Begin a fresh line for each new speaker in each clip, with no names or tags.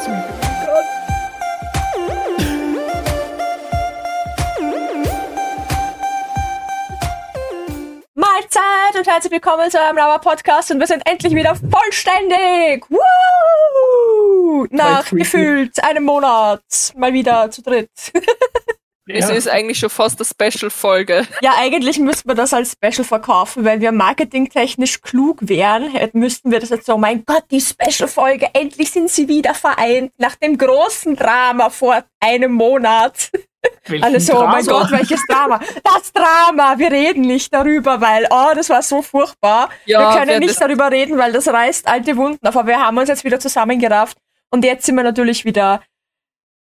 lassen.
Mahlzeit und herzlich willkommen zu einem Rauer Podcast und wir sind endlich wieder vollständig. Woo! Nach
freaky.
gefühlt einem Monat mal wieder zu dritt.
Es ist eigentlich schon fast eine Special-Folge.
Ja, eigentlich müssten wir das als Special verkaufen, weil wir marketingtechnisch klug wären, hätten- müssten wir das jetzt so, mein Gott, die Special-Folge, endlich sind sie wieder vereint, nach dem großen Drama vor einem Monat.
Welchen
Alle so, oh mein
Drama?
Gott, welches Drama. Das Drama, wir reden nicht darüber, weil, oh, das war so furchtbar. wir können nicht
das,
darüber reden, weil das reißt alte Wunden auf, aber wir haben uns jetzt wieder zusammengerafft und jetzt sind wir natürlich wieder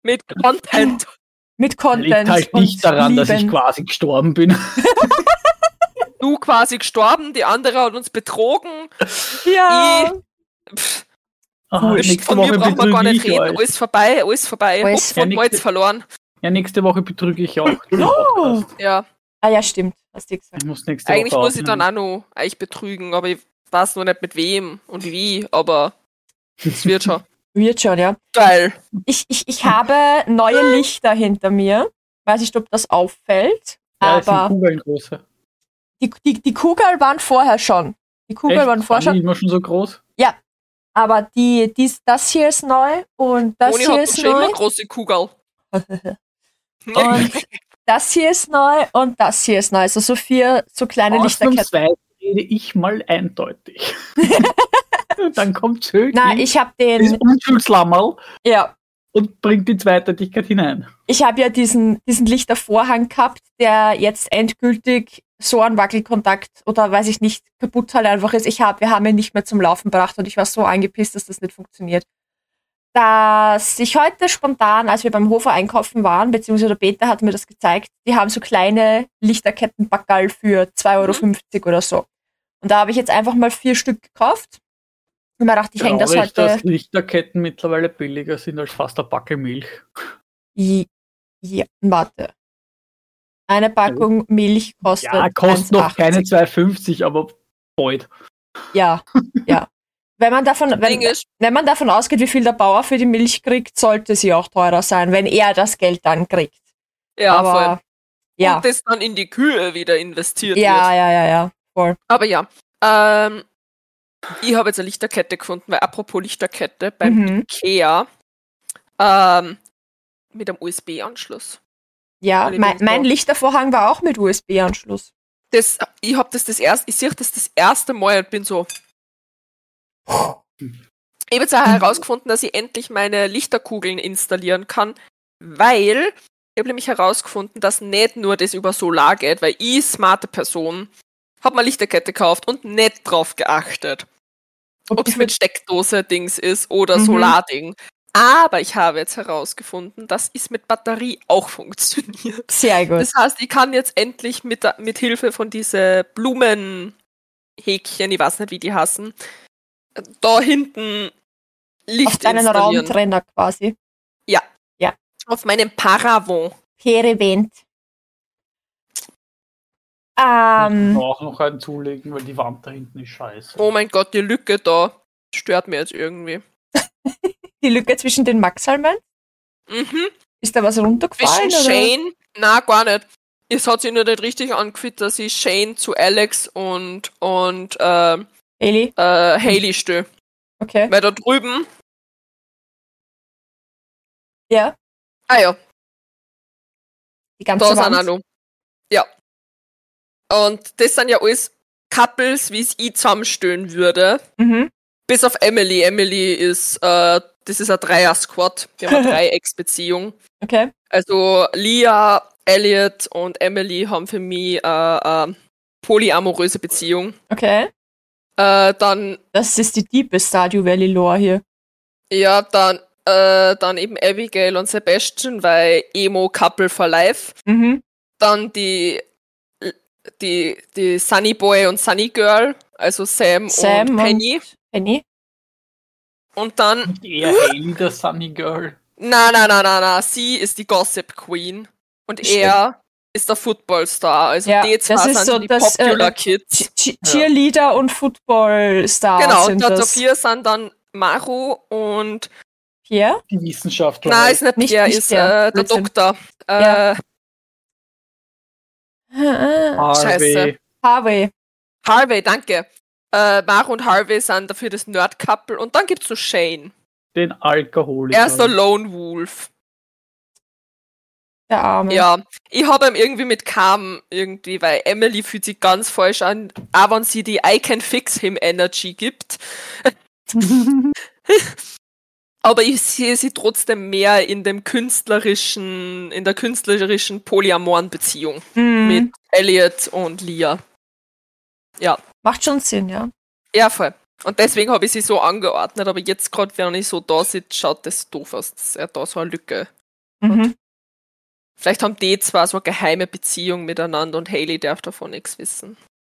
mit Content.
mit Content.
Liegt halt nicht
und
daran, dass ich
lieben.
quasi gestorben bin.
Du quasi gestorben, die andere hat uns betrogen.
Ja.
Pff,
Ah, nächste
von mir
Woche
braucht man gar
betrüge
nicht
ich
reden.
euch.
Alles vorbei, alles vorbei.
Alles-
Alles
Ja,
von
nächste-
Malz verloren.
Ja, nächste Woche betrüge ich auch.
Oh.
Ja,
Ah ja, stimmt. Hast du gesagt.
Ich muss nächste
eigentlich
Woche
muss ich dann
aufnehmen.
auch noch euch betrügen, aber ich weiß nur nicht mit wem und wie, aber es wird schon.
Wird schon, ja.
Geil.
Ich, ich, ich habe neue Lichter hinter mir. Weiß nicht, ob das auffällt,
Ja, es sind
aber
Kugeln große.
die, die, die Kugeln waren vorher schon. Die Kugeln
Echt?
waren vorher
Waren
schon,
die immer schon so groß?
aber die, dies, das hier ist neu und das
Moni
hier
hat
ist
schon immer
neu.
große Kugel.
Und das hier ist neu und das hier ist neu. Also so vier so kleine Lichterketten.
Ausnahmsweise rede ich mal eindeutig. dann kommt Zögling,
Na, ich habe
ist
den,
Unschuldslammerl
ja,
und bringt die Zweideutigkeit hinein.
ich habe ja diesen, diesen Lichtervorhang gehabt, der jetzt endgültig so an Wackelkontakt oder weiß ich nicht, kaputt halt einfach ist. Ich hab, wir haben ihn nicht mehr zum Laufen gebracht und ich war so angepisst, dass das nicht funktioniert. Dass ich heute spontan, als wir beim Hofer einkaufen waren, beziehungsweise der Peter hat mir das gezeigt, die haben so kleine Lichterkettenbackerl für 2,50 Euro oder so. Und da habe ich jetzt einfach mal vier Stück gekauft. Und mir dachte, ich hänge das
Traurig,
heute.
dass Lichterketten mittlerweile billiger sind als fast eine Backe Milch.
I- Ja, warte. Eine Packung Milch kostet.
Ja, Äh, kostet noch
1,80.
keine 2,50, aber bald.
Ja, ja. Wenn man, davon,
Ding
wenn,
ist,
wenn man davon ausgeht, wie viel der Bauer für die Milch kriegt, sollte sie auch teurer sein, wenn er das Geld dann kriegt.
ja, voll.
Aber ja,
Und das dann in die Kühe wieder investiert wird.
ja, ja, ja, ja.
Aber ja, ähm, ich habe jetzt eine Lichterkette gefunden, weil apropos Lichterkette beim
Mhm.
Ikea ähm, mit einem USB-Anschluss.
Ja,
Alle
mein,
Dings
mein
da.
Lichtervorhang war auch mit USB-Anschluss.
Das, ich habe das das erste, ich sehe das das erste Mal und bin so. Ich habe jetzt auch herausgefunden, dass ich endlich meine Lichterkugeln installieren kann, weil ich habe nämlich herausgefunden, dass nicht nur das über Solar geht, weil ich, smarte Person, habe mal Lichterkette gekauft und nicht drauf geachtet. ob es mit Steckdose-Dings ist oder
Mhm.
Solar-Ding. Aber ich habe jetzt herausgefunden, dass es mit Batterie auch funktioniert.
Sehr gut.
Das heißt, ich kann jetzt endlich mit, der- mit Hilfe von diese Blumenhäkchen, ich weiß nicht, wie die heißen, da hinten Licht
Auf deinen
installieren.
Raumtrenner quasi.
Auf meinem Paravon.
Perevent. Ähm,
Ähm.
Ich muss auch noch einen zulegen, weil die Wand da hinten ist scheiße.
Oh mein Gott, die Lücke da stört mir jetzt irgendwie.
die Lücke zwischen den Maxalmen?
Mhm.
Ist da was runtergefallen?
Zwischen
Oder?
Shane, na gar nicht. Es hat sich nur nicht richtig angefühlt, dass ich Shane zu Alex und, und ähm,
Eli?
äh, Haley stö.
Okay.
Weil da drüben,
Ja,
ah ja,
die ganze
da sind auch
Wand.
noch. Ja. Und das sind ja alles Couples, wie es ich zusammenstehen würde.
Mhm.
Bis auf Emily. Emily ist, äh, das ist ein Dreier-Squad. Wir haben eine Dreiecksbeziehung.
Okay.
Also Lia, Elliot und Emily haben für mich äh, eine polyamoröse Beziehung.
Okay.
Äh, dann,
Das ist die tiefe Stadio Valley Lore hier.
ja, dann, äh, dann eben Abigail und Sebastian, weil Emo-Couple for Life.
Mhm.
dann die, die, die Sunny Boy und Sunny Girl, also Sam,
Sam
und
und-
Penny.
Penny?
Und dann,
Eher
Oh.
Haley, der Sunny Girl.
na, na, na, na, na, sie ist die Gossip Queen und
Stimmt.
er ist der Footballstar. Also
Ja,
die zwei
das ist
sind
so
die
das, äh,
Popular Kids.
Che- Che- Cheerleader und Football Stars
Genau,
sind
da
das.
vier sind dann Maru und
Pierre?
Die Wissenschaftler.
Nein, ist nicht,
Nicht-
Pierre,
nicht
ist äh,
der.
der
Blödsinn.
Doktor. Äh,
Ja. Ah,
Harvey.
Scheiße.
Harvey.
Harvey, danke. Äh, Mach und Harvey sind dafür das Nerd-Couple. Und dann gibt's so Shane.
Den Alkoholiker. Ah,
Er ist der Lone Wolf.
Der Arme.
Ja. Ich habe ihm irgendwie mit Carmen irgendwie, weil Emily fühlt sich ganz falsch an, auch wenn sie die I can fix him Energy gibt.
Mhm.
Aber ich sehe sie trotzdem mehr in dem künstlerischen, in der künstlerischen polyamoren Beziehung
Mhm.
mit Elliot und Lia.
Macht schon Sinn, ja.
Ja, voll. Und deswegen habe ich sie so angeordnet, aber jetzt gerade, wenn ich so da sitze, schaut das doof aus. Das ist ja da so eine Lücke.
Mhm.
Vielleicht haben die zwar so eine geheime Beziehung miteinander und Haley darf davon nichts wissen.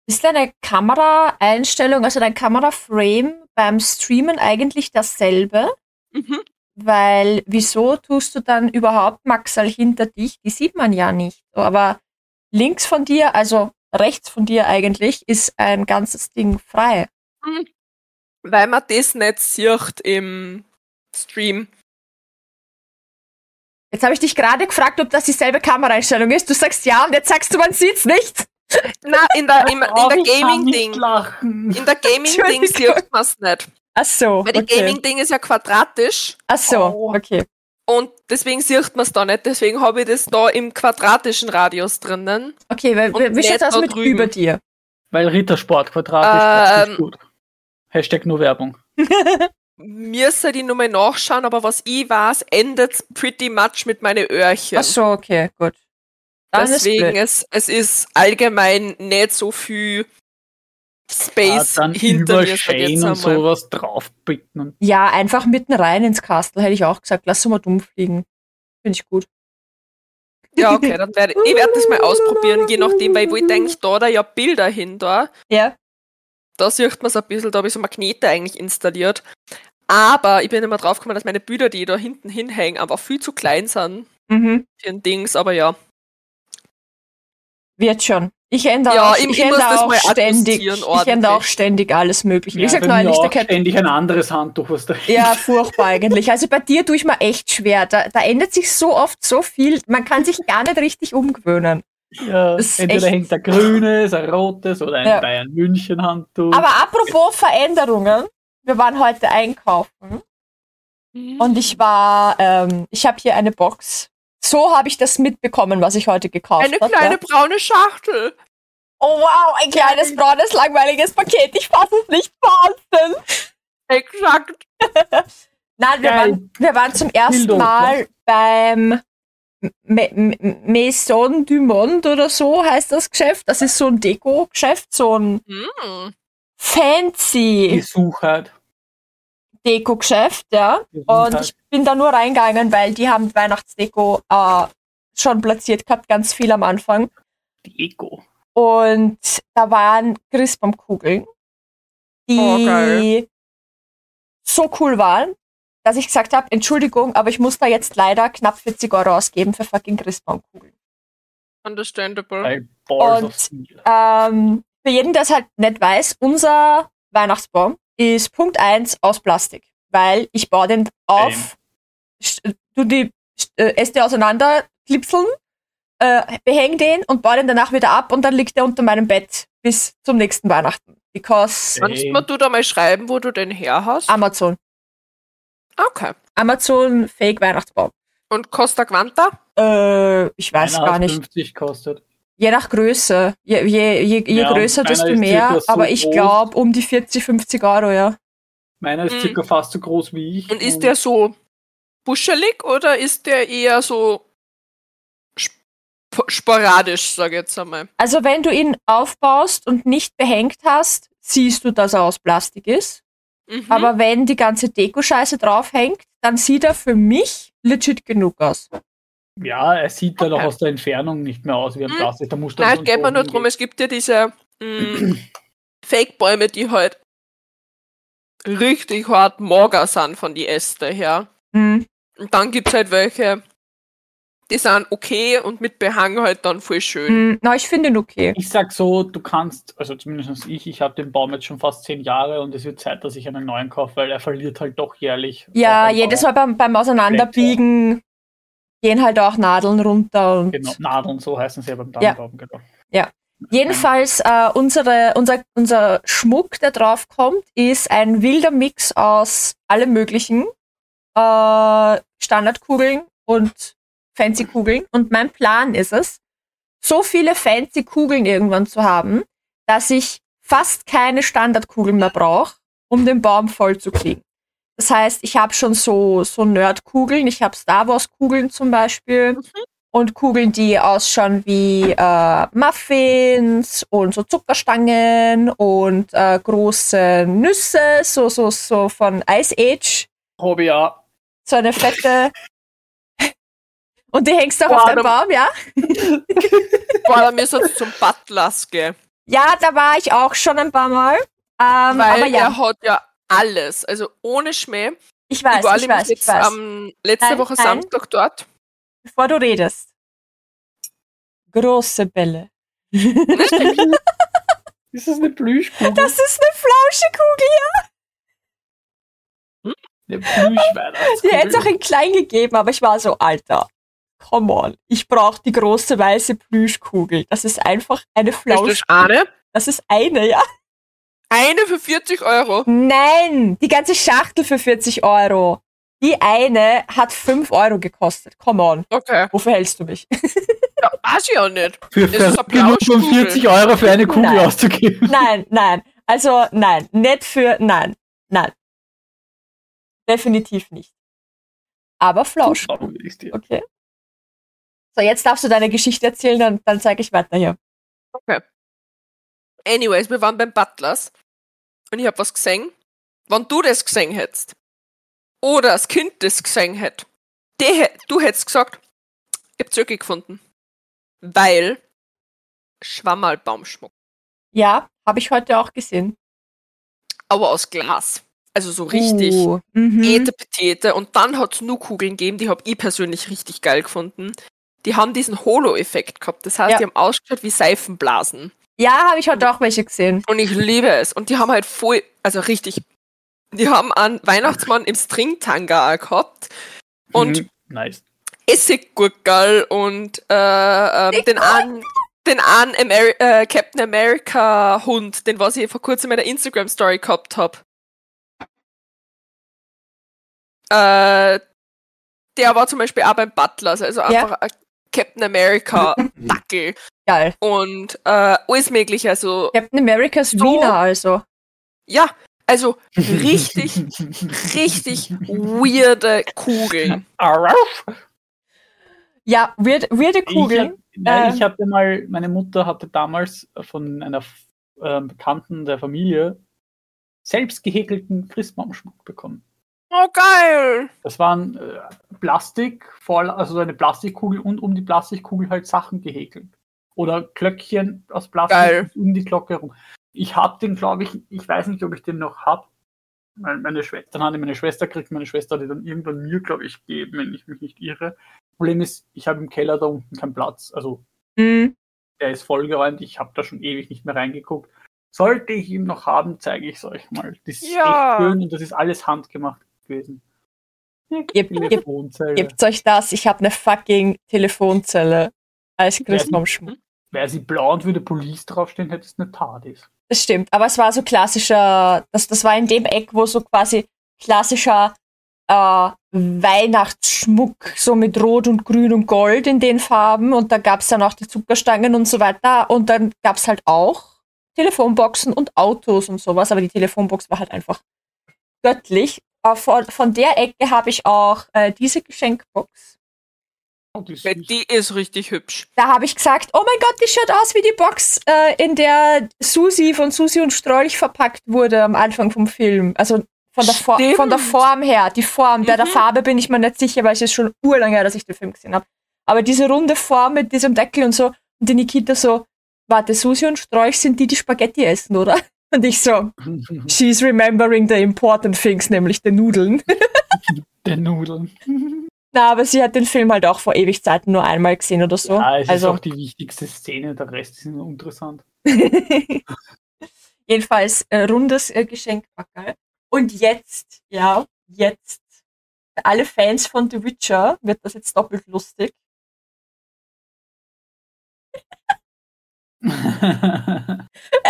Ist deine Kameraeinstellung, also dein Kameraframe beim Streamen eigentlich dasselbe?
Mhm.
Weil wieso tust du dann überhaupt Maxal hinter dich? Die sieht man ja nicht. Aber links von dir, also rechts von dir eigentlich, ist ein ganzes Ding frei.
Weil man das nicht sieht im Stream.
Jetzt habe ich dich gerade gefragt, ob das dieselbe Kameraeinstellung ist. Du sagst ja und jetzt sagst du, man sieht's nicht.
Na, in der, im,
Oh, ich
in der
kann nicht
Gaming-Ding.
lachen.
In der Gaming-Ding
Entschuldigung.
sieht man es nicht.
Ach so.
Weil die
Okay.
Gaming-Ding ist ja quadratisch
Ach so.
Oh.
Okay.
und deswegen sieht man es da nicht. Deswegen habe ich das da im quadratischen Radius drinnen.
Okay, weil,
Und
wie steht
nicht
das
da
mit
drüben.
über dir?
Weil Rittersport quadratisch
Ähm.
ähm, gut. Hashtag nur Werbung.
Mir soll ich nochmal nachschauen, aber was ich weiß, endet pretty much mit meinen Öhrchen.
Ach so, okay, gut. Dann
Deswegen,
Ist
es, es ist allgemein nicht so viel
Ah,
Space
dann über
hinter mir. sag ich jetzt
Shane und
einmal.
sowas draufbieten. Und
blöd. ja, einfach mitten rein ins Castle, hätte ich auch gesagt. Lass uns mal dumm fliegen. Finde ich gut.
Ja, okay, dann werde ich werde das mal ausprobieren, je nachdem, weil ich wollte eigentlich da, da ja Bilder hin da.
Ja.
Da sieht man es ein bisschen, da habe ich so Magnete eigentlich installiert. Aber ich bin immer drauf gekommen, dass meine Bilder, die da hinten hinhängen, aber viel zu klein sind
Mhm.
für ein Dings, aber ja.
Wird schon. Ich ändere
Ja,
auch, ich
ich- ich muss
ändere
das
auch
mal
ständig.
adjustieren
Ich ändere auch
ordentlich.
ständig alles Mögliche.
Ja,
ich sag
bei mir
neulich, der
auch
Cat
ständig ein anderes Handtuch, was da
Ja, furchtbar eigentlich. Also bei dir tue ich mir echt schwer. Da, da ändert sich so oft so viel. Man kann sich gar nicht richtig umgewöhnen.
Ja,
Das ist
entweder
echt-
hängt ein grünes, ein rotes oder ein
Ja.
Bayern München Handtuch.
Aber apropos Veränderungen. Wir waren heute
Mhm.
einkaufen
Mhm.
und ich war, ähm, ich habe hier eine Box. So habe ich das mitbekommen, was ich heute gekauft
Eine
habe.
kleine braune Schachtel.
Oh wow, ein kleines, braunes, langweiliges Paket. Ich fasse es nicht. Wahnsinn.
Exakt.
Nein, wir
Geil.
waren, wir waren zum ersten
Bildung,
Mal beim Me- Me- Maison du Monde oder so heißt das Geschäft. Das ist so ein Deko-Geschäft, so ein
Mm.
Die
fancy
Suchheit.
Deko-Geschäft, ja. Und
halt
ich bin da nur reingegangen, weil die haben Weihnachtsdeko äh, schon platziert gehabt, ganz viel am Anfang.
die Ego.
Und da waren Christbaumkugeln,
Oh,
die
geil.
so cool waren, dass ich gesagt habe, Entschuldigung, aber ich muss da jetzt leider knapp 40 Euro ausgeben für fucking Christbaumkugeln.
Understandable.
Bei Balls
Und-
of Steel.
Ähm, für jeden, der es halt nicht weiß, unser Weihnachtsbaum ist Punkt 1 aus Plastik, weil ich baue den auf, sch- tu die äh, Äste auseinander, klipseln, äh, behäng den und baue den danach wieder ab und dann liegt er unter meinem Bett bis zum nächsten Weihnachten. Because
Kannst mir du da mal schreiben, wo du den her hast?
Amazon.
Okay.
Amazon Fake Weihnachtsbaum.
Und Costa Quanta?
Äh, ich weiß
Einer
gar
hat
nicht.
50 kostet.
Je nach Größe. Je, je, je, je
Ja, und
größer,
meiner
desto
ist
mehr.
circa so
Aber ich
groß.
glaube um die 40, 50 Euro, ja.
Meiner
Hm.
ist
Mhm.
circa fast so groß wie ich.
Und
Oh.
ist der so buschelig oder ist der eher so sp sporadisch, sage ich jetzt einmal?
Also wenn du ihn aufbaust und nicht behängt hast, siehst du, dass er aus Plastik ist.
Mhm.
Aber wenn die ganze Deko-Scheiße draufhängt, dann sieht er für mich legit genug aus.
Ja, er sieht dann auch
Okay.
aus der Entfernung nicht mehr aus wie ein
Hm.
Mhm.
Plastik. Da musst du
Nein,
dann
es
so
geht mir nur drum,
hingehen.
es gibt ja diese mh, Fake-Bäume, die halt richtig hart mager sind von die Äste her.
Hm.
Und dann gibt's halt welche, Die sind okay und mit Behang halt dann voll schön.
Mm, na, ich finde ihn okay.
Ich sag so, du kannst, also zumindest ich, ich habe den Baum jetzt schon fast zehn Jahre und es wird Zeit, dass ich einen neuen kaufe, weil er verliert halt doch jährlich.
Ja,
auch an
jedes
Bauer.
Mal beim, beim Auseinanderbiegen gehen halt auch Nadeln runter und
Genau, Nadeln, so heißen sie ja beim
Ja.
Tannenbaum, genau.
Jedenfalls, äh, unsere, unser, unser Schmuck, der drauf kommt, ist ein wilder Mix aus allem möglichen. Äh, Standardkugeln und Fancy-Kugeln. Und mein Plan ist es, so viele Fancy-Kugeln irgendwann zu haben, dass ich fast keine Standardkugeln mehr brauche, um den Baum voll zu kriegen. Das heißt, ich habe schon so, so Nerd-Kugeln, ich habe Star Wars-Kugeln zum Beispiel und Kugeln, die ausschauen wie äh, Muffins und so Zuckerstangen und äh, große Nüsse, so, so, so von Ice Age,
Hobby, ja.
so eine fette. Und die hängst du auch
Boah,
auf dem
da-
Baum, ja?
Boah, da müssen wir zum Butlers gehen.
Ja, da war ich auch schon ein paar Mal. Ähm, aber
Weil
ja,
er hat ja alles. Also ohne Schmäh.
ich weiß,
Überall
ich weiß, ich
jetzt
weiß.
am letzte
Nein,
Woche
nein.
Samstag dort.
Bevor du redest. Große Bälle.
Ist das eine Plüschkugel?
Das ist eine flausche Kugel.
eine
Die hätte es auch
Plüschweihnachtskugel.
in klein gegeben, aber ich war so, Alter, come on. Ich brauche die große weiße Plüschkugel. Das ist einfach eine Flausch.
Eine.
Das ist eine, ja?
Eine für 40 Euro.
Nein, die ganze Schachtel für 40 Euro. Die eine hat 5 Euro gekostet. Come on.
Okay.
Wofür hältst du mich?
Ja, weiß ich ja nicht.
Für
Das ist eine
verrückt genug, um
Plauschkugel.
40 Euro für eine Kugel
Nein.
auszugeben.
nein, nein. Also nein, nicht für, nein, nein. Definitiv nicht. Aber Flausch.
Ist die-
Okay. So, jetzt darfst du deine Geschichte erzählen, dann, dann zeige ich weiter hier.
Anyways, wir waren beim Butlers und ich hab was gesehen. Wenn du das gesehen hättest oder das Kind das gesehen hätte, die, hä- du hättest gesagt, ich hab's wirklich gefunden. Weil Schwammerlbaumschmuck,
Ja, habe ich heute auch gesehen.
aber aus Glas. Also so richtig.
Uh, mhm.
Pete, Petete. Und dann hat's nur Kugeln gegeben, die hab ich persönlich richtig geil gefunden. Die haben diesen Holo-Effekt gehabt. Das heißt,
Ja.
die haben ausgeschaut wie Seifenblasen.
Ja, habe ich heute auch welche gesehen.
Und ich liebe es. Und die haben halt voll, also richtig, die haben einen Weihnachtsmann im Stringtanga auch gehabt. Und
Mhm. Nice.
Essiggurkel und äh, ähm, den einen, den einen Ameri äh, Captain America Hund, den was ich vor kurzem in meiner Instagram Story gehabt hab Äh, der war zum Beispiel auch beim Butlers, also einfach ein Captain America Dackel
Geil.
und äh, alles mögliche, also
Captain America's
So.
Wiener also.
ja, also richtig, richtig weirde Kugeln.
Arraff.
Ja, weird, weirde Kugeln.
Ich, hab- nein,
Äh.
ich hatte mal, meine Mutter hatte damals von einer F- ähm, Bekannten der Familie selbst gehäkelten Christbaumschmuck bekommen.
Oh geil!
Das waren äh, Plastik, voll, also so eine Plastikkugel und um die Plastikkugel halt Sachen gehäkelt. Oder Glöckchen aus Plastik
Geil.
und um die Glocke herum. Ich habe den, glaube ich, ich weiß nicht, ob ich den noch habe. Meine Schwester, dann hat ihn meine Schwester gekriegt, meine Schwester hat ihn dann irgendwann mir, glaube ich, gegeben, wenn ich mich nicht irre. Problem ist, ich habe im Keller da unten keinen Platz. Also
Mhm.
der ist vollgeräumt, ich habe da schon ewig nicht mehr reingeguckt. Sollte ich ihn noch haben, zeige ich es euch mal. Das ist
Ja.
echt schön und das ist alles handgemacht gewesen.
Gib- gib-
Telefonzelle.
Gebt's euch das? Ich habe eine fucking Telefonzelle als Christbaumschmuck.
Wäre sie blau und würde Police draufstehen, hätte es eine TARDIS.
Das stimmt, aber es war so klassischer, das, das war in dem Eck, wo so quasi klassischer äh, Weihnachtsschmuck, so mit Rot und Grün und Gold in den Farben und da gab's dann auch die Zuckerstangen und so weiter und dann gab's halt auch Telefonboxen und Autos und sowas, aber die Telefonbox war halt einfach göttlich. Äh, von, von der Ecke habe ich auch äh, diese Geschenkbox.
Oh, die ist
Ja,
süß.
Die ist richtig hübsch.
Da habe ich gesagt, oh mein Gott, die schaut aus wie die Box, äh, in der Susi von Susi und Strolch verpackt wurde am Anfang vom Film. Also von der, For
Stimmt.
von der Form her, die Form. Der, der
Mhm.
Farbe bin ich mir nicht sicher, weil es ist schon urlang her, dass ich den Film gesehen habe. Aber diese runde Form mit diesem Deckel und so. Und die Nikita so, warte, Susi und Strolch sind die, die Spaghetti essen, oder? Und ich so, she's remembering the important things, nämlich die Nudeln.
Der Nudeln.
Na, aber sie hat den Film halt auch vor ewig Zeiten nur einmal gesehen oder so.
Ja, es
also
ist auch die wichtigste Szene, der Rest ist nur interessant.
jedenfalls äh, rundes äh, Geschenk. war geil. Und jetzt, ja, jetzt. Für alle Fans von The Witcher wird das jetzt doppelt lustig.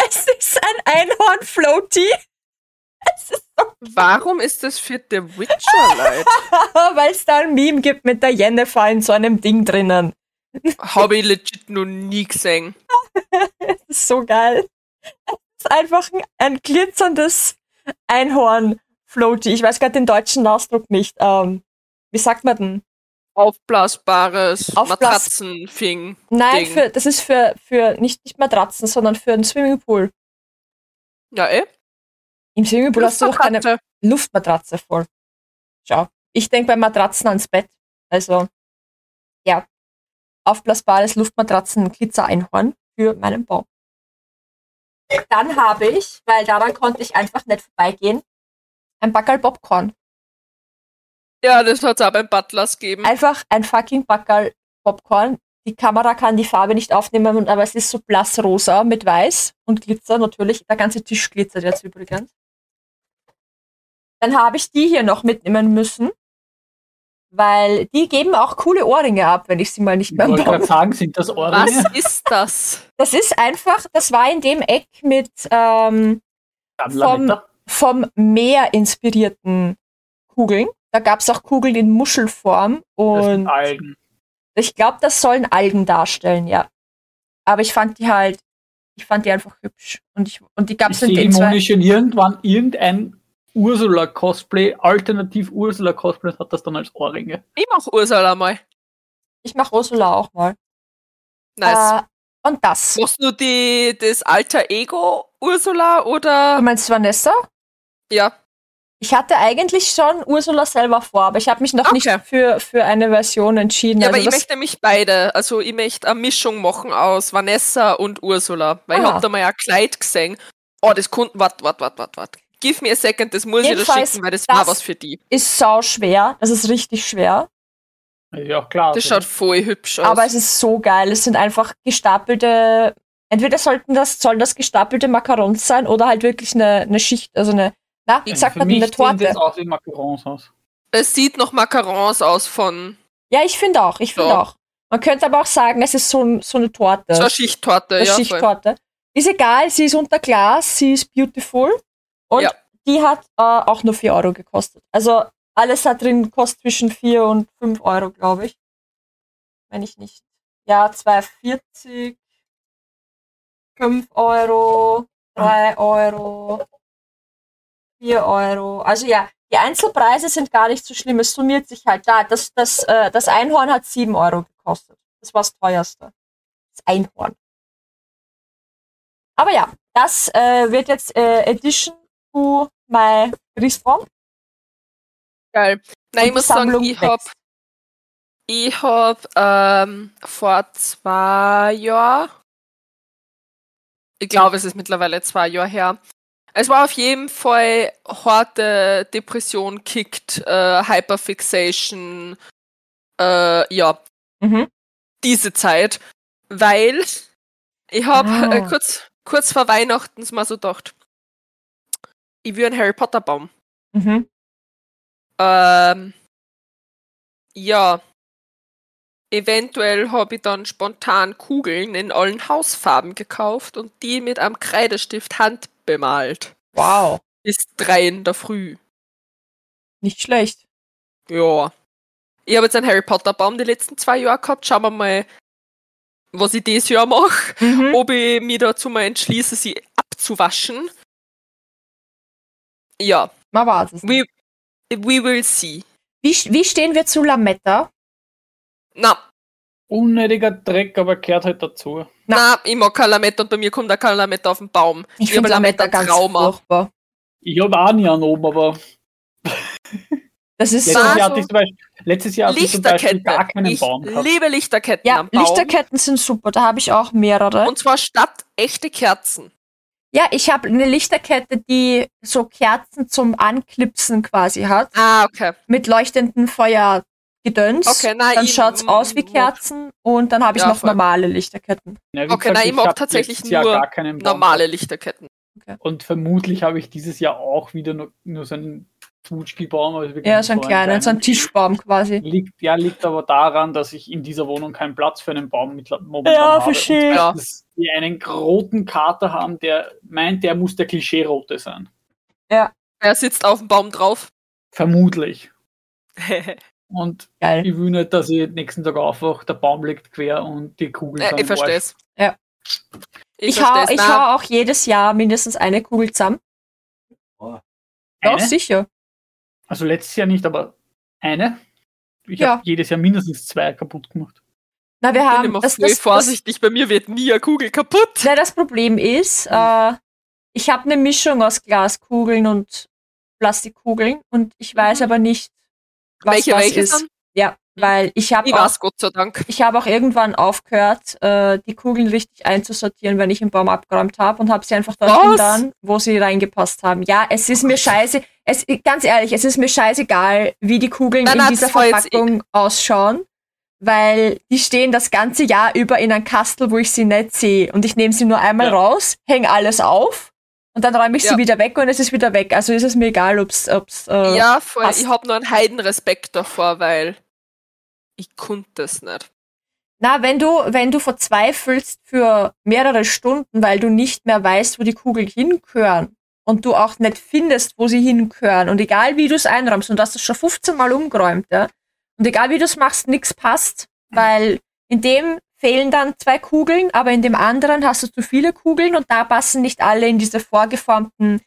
Es ist ein Einhorn-Floaty,
Warum ist das für The Witcher, Leute?
weil es da ein Meme gibt mit der Jennifer in so einem Ding drinnen.
Habe ich legit noch nie gesehen.
Das ist so geil. Es ist einfach ein, ein glitzerndes Einhorn-Floaty. Ich weiß gerade den deutschen Ausdruck nicht. Ähm, wie sagt man denn?
Aufblasbares
Aufblas-
Matratzenfing.
Nein,
Ding.
für, das ist für, für nicht, nicht Matratzen, sondern für einen Swimmingpool.
Ja, eh?
Im Swimmingpool hast du doch keine
Luftmatratze.
Luftmatratze voll. Schau. Ich denke bei Matratzen ans Bett. Also, ja. Aufblasbares Luftmatratzen-Glitzer-Einhorn für meinen Baum. Dann habe ich, weil daran konnte ich einfach nicht vorbeigehen, ein Backerl Popcorn.
Ja, das hat es auch beim Butlers gegeben.
Einfach ein fucking Backerl Popcorn. Die Kamera kann die Farbe nicht aufnehmen, und- aber es ist so blass rosa mit weiß und Glitzer natürlich. Der ganze Tisch glitzert jetzt übrigens. Dann habe ich die hier noch mitnehmen müssen, weil die geben auch coole Ohrringe ab, wenn ich sie mal nicht
Ich
mehr
wollte
brauche.
gerade sagen, sind das Ohrringe?
Was ist das?
Das ist einfach, das war in dem Eck mit ähm,
Dann Lametta.
vom Meer inspirierten Kugeln. Da gab es auch Kugeln in Muschelform
Das sind
und
Algen.
Ich glaube, das sollen Algen darstellen, ja. Aber ich fand die halt, ich fand die einfach hübsch. Und, ich, und die gab
Ich
es in
sehe
den zwei.
Moni schon irgendwann irgendein Ursula-Cosplay, alternativ Ursula-Cosplay und hat das dann als Ohrringe.
Ich mach Ursula mal.
Ich mache Ursula auch mal. Äh,
Nice.
und das.
Machst du die, das alter Ego Ursula
Du
oder?
meinst Vanessa?
Ja.
Ich hatte eigentlich schon Ursula selber vor, aber ich habe mich noch
Okay.
nicht für, für eine Version entschieden.
Ja,
also
aber ich
das-
möchte nämlich beide. Also ich möchte eine Mischung machen aus Vanessa und Ursula. Weil ich
Ah.
hab da mal ein Kleid gesehen. Oh, das Kunden. Wart, wart, wart, wart, wart. Give me a second, das muss ich dir
Jedenfalls,
schicken, weil das,
das-
war was für die.
ist sau schwer. Das ist richtig schwer.
Ist ja auch klar.
Das
also-
schaut voll hübsch aus.
Aber es ist so geil. Es sind einfach gestapelte. Entweder sollten das, sollen das gestapelte Macarons sein oder halt wirklich eine, eine Schicht, also eine, na, wie
Also
sagt
für
man, denn,
mich
eine Torte.
Sieht das aus wie Macarons aus.
es sieht noch Macarons aus von
Ja, ich finde auch, ich finde
Ja.
auch. Man könnte aber auch sagen, es ist so, ein- so eine Torte.
so einer Schichttorte.
eine
ja, voll.
Schichttorte. Ist egal, sie ist unter Glas, sie ist beautiful. Und
Ja.
die hat äh, auch nur 4 Euro gekostet. Also alles da drin kostet zwischen 4 und 5 Euro, glaube ich. Wenn ich nicht. Ja, 2,40, 5 Euro, 3 Euro, 4 Euro. Also ja, die Einzelpreise sind gar nicht so schlimm. Es summiert sich halt da. Das, das, äh, das Einhorn hat 7 Euro gekostet. Das war das teuerste. Das Einhorn. Aber ja, das äh, wird jetzt äh, Edition to my Christbaum.
Geil. Nein,
Und
ich muss
die Sammlung
sagen, ich hab,
wächst.
ich hab ähm, vor zwei Jahren, ich glaube, es ist mittlerweile zwei Jahre her, es war auf jeden Fall harte Depression kickt, äh, Hyperfixation, äh, ja,
Mhm.
diese Zeit, weil ich habe
Ah.
äh, kurz, kurz vor Weihnachten mal so gedacht, ich will einen Harry Potter Baum.
Mhm.
Ähm, ja. Eventuell habe ich dann spontan Kugeln in allen Hausfarben gekauft und die mit einem Kreidestift handbemalt.
Wow.
Bis drei in der Früh.
Nicht schlecht.
Ja. Ich habe jetzt einen Harry Potter Baum die letzten zwei Jahre gehabt. Schauen wir mal, was ich dieses Jahr mache.
Mhm.
Ob ich mich dazu mal entschließe, sie abzuwaschen. Ja,
Man weiß es.
we, we will see.
Wie, wie stehen wir zu Lametta?
Na,
Unnötiger Dreck, aber gehört halt dazu.
Na, ich mag kein Lametta und bei mir kommt auch kein Lametta auf den Baum.
Ich
hab
finde Lametta ganz
Trauma.
furchtbar.
Ich habe auch nie einen oben, aber
Das ist so.
letztes Jahr
war so-
hatte ich zum Beispiel, letztes
also
Jahr hatte ich zum Beispiel gar
Lichterketten.
keinen
Ich
Baum gehabt.
liebe Lichterketten
Ja, genau.
am Baum.
Lichterketten sind super. Da habe ich auch mehrere.
Und zwar statt echte Kerzen.
ja, ich habe eine Lichterkette, die so Kerzen zum Anklipsen quasi hat.
Ah, okay.
Mit leuchtenden Feuer. Gedöns.
Okay, na,
dann
ich-
schaut's aus wie
mm,
Kerzen und dann habe ich
Ja,
noch
voll.
normale Lichterketten.
Na, wie
Okay, na, ich
ich
mag
hab
tatsächlich
letztes Jahr
nur
gar keinen Baum
Normale Lichterketten.
Und vermutlich habe ich dieses Jahr auch wieder nur, nur so einen Futschki-Baum. Also wirklich
Ja, so ein
einen
kleiner, so ein
kleinen.
Tischbaum quasi.
Liegt, ja, liegt aber daran, dass ich in dieser Wohnung keinen Platz für einen Baum mit, momentan
Ja,
habe.
verstehe.
Ja.
Dass wir einen roten Kater haben, der meint, der muss der Klischee-Rote sein.
Er sitzt auf dem Baum drauf. Äh,
Vermutlich. Und
Geil.
ich will nicht, dass ich nächsten Tag aufwache, der Baum liegt quer und die Kugel
Äh,
ist
ich
am Arsch.
verstehe es.
Ja.
Ich,
Ich, hau,
verstehe
ich
es.
hau auch jedes Jahr mindestens eine Kugel zusammen. Ja,
Eine?
sicher.
Also letztes Jahr nicht, aber eine. Ich
Ja.
habe jedes Jahr mindestens zwei kaputt gemacht.
Na, wir
Ich bin
haben
immer
das,
voll
das, das,
vorsichtig, bei mir wird nie eine Kugel kaputt.
Nein, das Problem ist,
Hm.
äh, ich habe eine Mischung aus Glaskugeln und Plastikkugeln und ich weiß
Mhm.
aber nicht, was
welche
das
welche
ist.
sind?
Ja, weil ich habe
Ich
auch,
weiß, Gott sei Dank.
ich hab auch irgendwann aufgehört, äh, die Kugeln richtig einzusortieren, wenn ich im Baum abgeräumt habe und habe sie einfach dort
Was? Oh
dann, wo sie reingepasst haben. Ja, es ist mir scheiße, es, ganz ehrlich, es ist mir scheißegal, wie die Kugeln
Nein,
in
nein,
dieser
das war jetzt
Verpackung ausschauen. Weil die stehen das ganze Jahr über in einem Kastel, wo ich sie nicht sehe. Und ich nehme sie nur einmal
Ja.
raus, hänge alles auf und dann räume ich
Ja.
sie wieder weg und es ist wieder weg. Also ist es mir egal, ob's, ob's äh,
ja, voll.
passt.
Ich habe nur einen Heidenrespekt davor, weil ich konnte es nicht.
Na, wenn du, wenn du verzweifelst für mehrere Stunden, weil du nicht mehr weißt, wo die Kugeln hingehören und du auch nicht findest, wo sie hingehören und egal wie du es einräumst und du hast es schon 15 Mal umgeräumt, ja, und egal wie du es machst, nichts passt, weil in dem fehlen dann zwei Kugeln, aber in dem anderen hast du zu viele Kugeln und da passen nicht alle in diese vorgeformten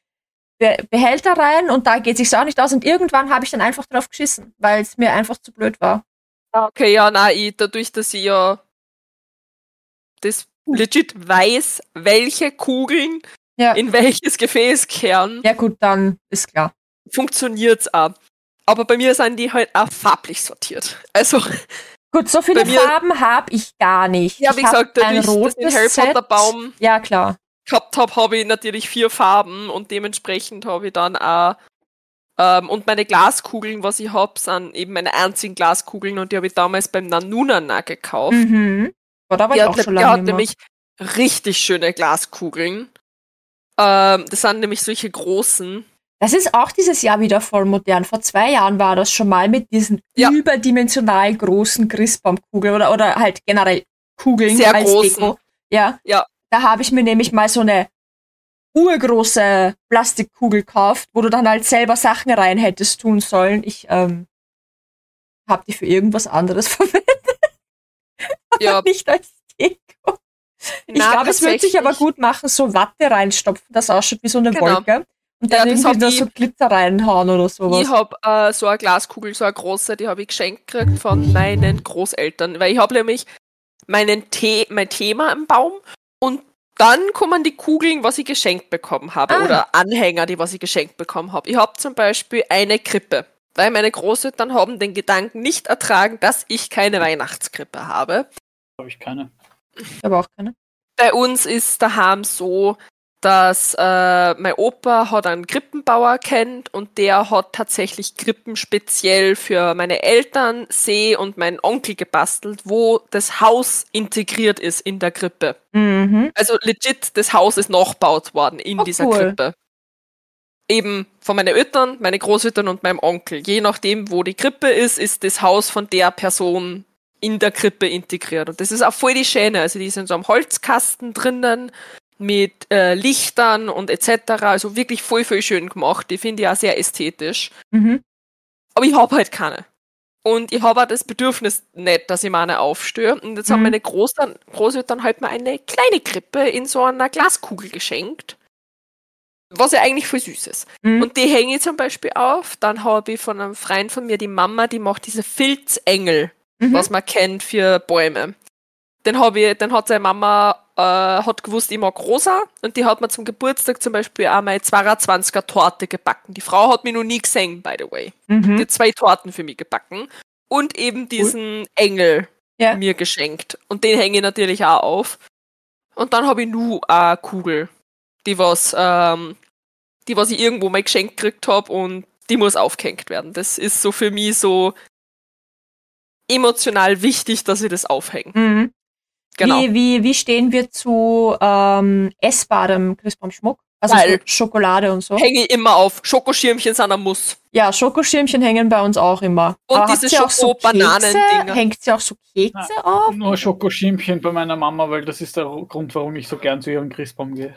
Be Behälter rein und da geht sich's auch nicht aus und irgendwann habe ich dann einfach drauf geschissen, weil es mir einfach zu blöd war.
Okay, ja, nein, ich, dadurch, dass ich ja das legit weiß, welche Kugeln
Hm. Ja.
in welches Gefäß kehren,
Ja gut, dann ist klar.
funktioniert's auch. Aber bei mir sind die halt auch farblich sortiert. Also,
Gut, so viele
Bei mir-
Farben habe ich gar nicht.
ja, wie
hab
gesagt,
ein
dadurch, dass ich
rotes
den Harry
Set.
Potter Baum
Ja, klar.
gehabt habe, habe ich natürlich vier Farben und dementsprechend habe ich dann auch ähm, und meine Glaskugeln, was ich habe, sind eben meine einzigen Glaskugeln und die habe ich damals beim Nanunana gekauft.
Mhm. Boah, da war ich
Der
auch
hat,
schon
ne- der
lange
hat
nicht mehr.
nämlich richtig schöne Glaskugeln. Ähm, das sind nämlich solche großen.
Das ist auch dieses Jahr wieder voll modern. Vor zwei Jahren war das schon mal mit diesen
Ja.
überdimensional großen Christbaumkugeln oder, oder halt generell Kugeln
Sehr
als
großen.
Deko. Ja.
Ja.
Da habe ich mir nämlich mal so eine urgroße Plastikkugel gekauft, wo du dann halt selber Sachen rein hättest tun sollen. Ich ähm, habe die für irgendwas anderes verwendet,
Ja,
nicht als Deko. Ich
na,
glaube, es würde sich aber
tatsächlich.
gut machen, so Watte reinstopfen, das ausschaut wie so eine
Genau.
Wolke. Und dann
Ja, das
irgendwie
hab
da
ich-
so Glitzer reinhauen oder
Ich
sowas.
habe äh, so eine Glaskugel, so eine große, die habe ich geschenkt gekriegt von meinen Großeltern, weil ich habe nämlich meinen The mein Thema im Baum und dann kommen die Kugeln, was ich geschenkt bekommen habe
Ah.
oder Anhänger, die was ich geschenkt bekommen habe. Ich habe zum Beispiel eine Krippe, weil meine Großeltern haben den Gedanken nicht ertragen, dass ich keine Weihnachtskrippe habe.
Habe ich keine.
Ich habe auch keine.
Bei uns ist daheim so, dass äh, mein Opa hat einen Krippenbauer kennt und der hat tatsächlich Krippen speziell für meine Eltern, See und meinen Onkel gebastelt, wo das Haus integriert ist in der Krippe.
Mhm.
Also legit, das Haus ist nachgebaut worden in
Oh,
dieser
cool.
Krippe. Eben von meinen Eltern, meine Großeltern und meinem Onkel. Je nachdem, wo die Krippe ist, ist das Haus von der Person in der Krippe integriert. Und das ist auch voll die Schäne. Also die sind so am Holzkasten drinnen mit äh, Lichtern und etc. Also wirklich voll, voll schön gemacht. Die finde ich auch sehr ästhetisch.
Mhm.
Aber ich habe halt keine. Und ich habe auch das Bedürfnis nicht, dass ich meine aufstöre. Und jetzt haben
Mhm.
meine Großeltern, Großeltern halt mal eine kleine Krippe in so einer Glaskugel geschenkt. Was ja eigentlich voll süß ist.
Mhm.
Und die hänge ich zum Beispiel auf. Dann habe ich von einem Freund von mir die Mama, die macht diese Filzengel,
Mhm.
was man kennt für Bäume. Den habe ich, den hat seine Mama, äh, hat gewusst, ich mag rosa. Und die hat mir zum Geburtstag zum Beispiel auch meine 22er Torte gebacken. Die Frau hat mich noch nie gesehen, by the way
Mhm.
die zwei Torten für mich gebacken und eben diesen Engel
Ja.
mir geschenkt. Und den hänge ich natürlich auch auf. Und dann habe ich nur eine Kugel, die was, ähm, die was ich irgendwo mal geschenkt gekriegt habe und die muss aufgehängt werden. Das ist so für mich so emotional wichtig, dass wir das aufhängen.
Mhm.
Genau.
Wie, wie, wie stehen wir zu ähm, essbarem Christbaumschmuck? Also
Geil.
so Schokolade und so.
Hänge ich immer auf. Schokoschirmchen sind ein Muss.
Ja, Schokoschirmchen hängen bei uns auch immer. Ah,
Und
habt
diese
ihr auch so
Schoko-Bananen-Dinger.
Kekse? Hängt sie auch so Kekse auf?
Nur Schokoschimpchen bei meiner Mama, weil das ist der Grund, warum ich so gern zu ihrem Christbaum gehe.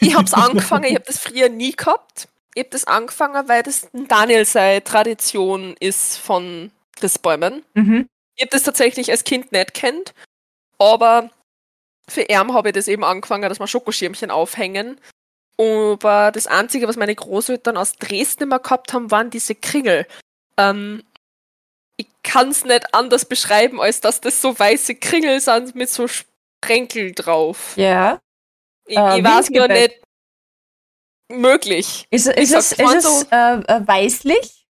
Ich hab's angefangen, ich hab das früher nie gehabt. Ich hab das angefangen, weil das Daniel seine Tradition ist von Christbäumen.
Mhm.
Ich hab das tatsächlich als Kind nicht kennt, aber für Erm habe ich das eben angefangen, dass wir Schokoschirmchen aufhängen. Aber das Einzige, was meine Großeltern aus Dresden immer gehabt haben, waren diese Kringel. Ähm, ich kann's nicht anders beschreiben, als dass das so weiße Kringel sind mit so Sprenkel drauf.
Ja.
Ich,
Äh,
ich weiß nur
Winkelbeck.
nicht möglich.
Ist, ist
sag
es, ist es
Pronto.
äh, äh, weißlich?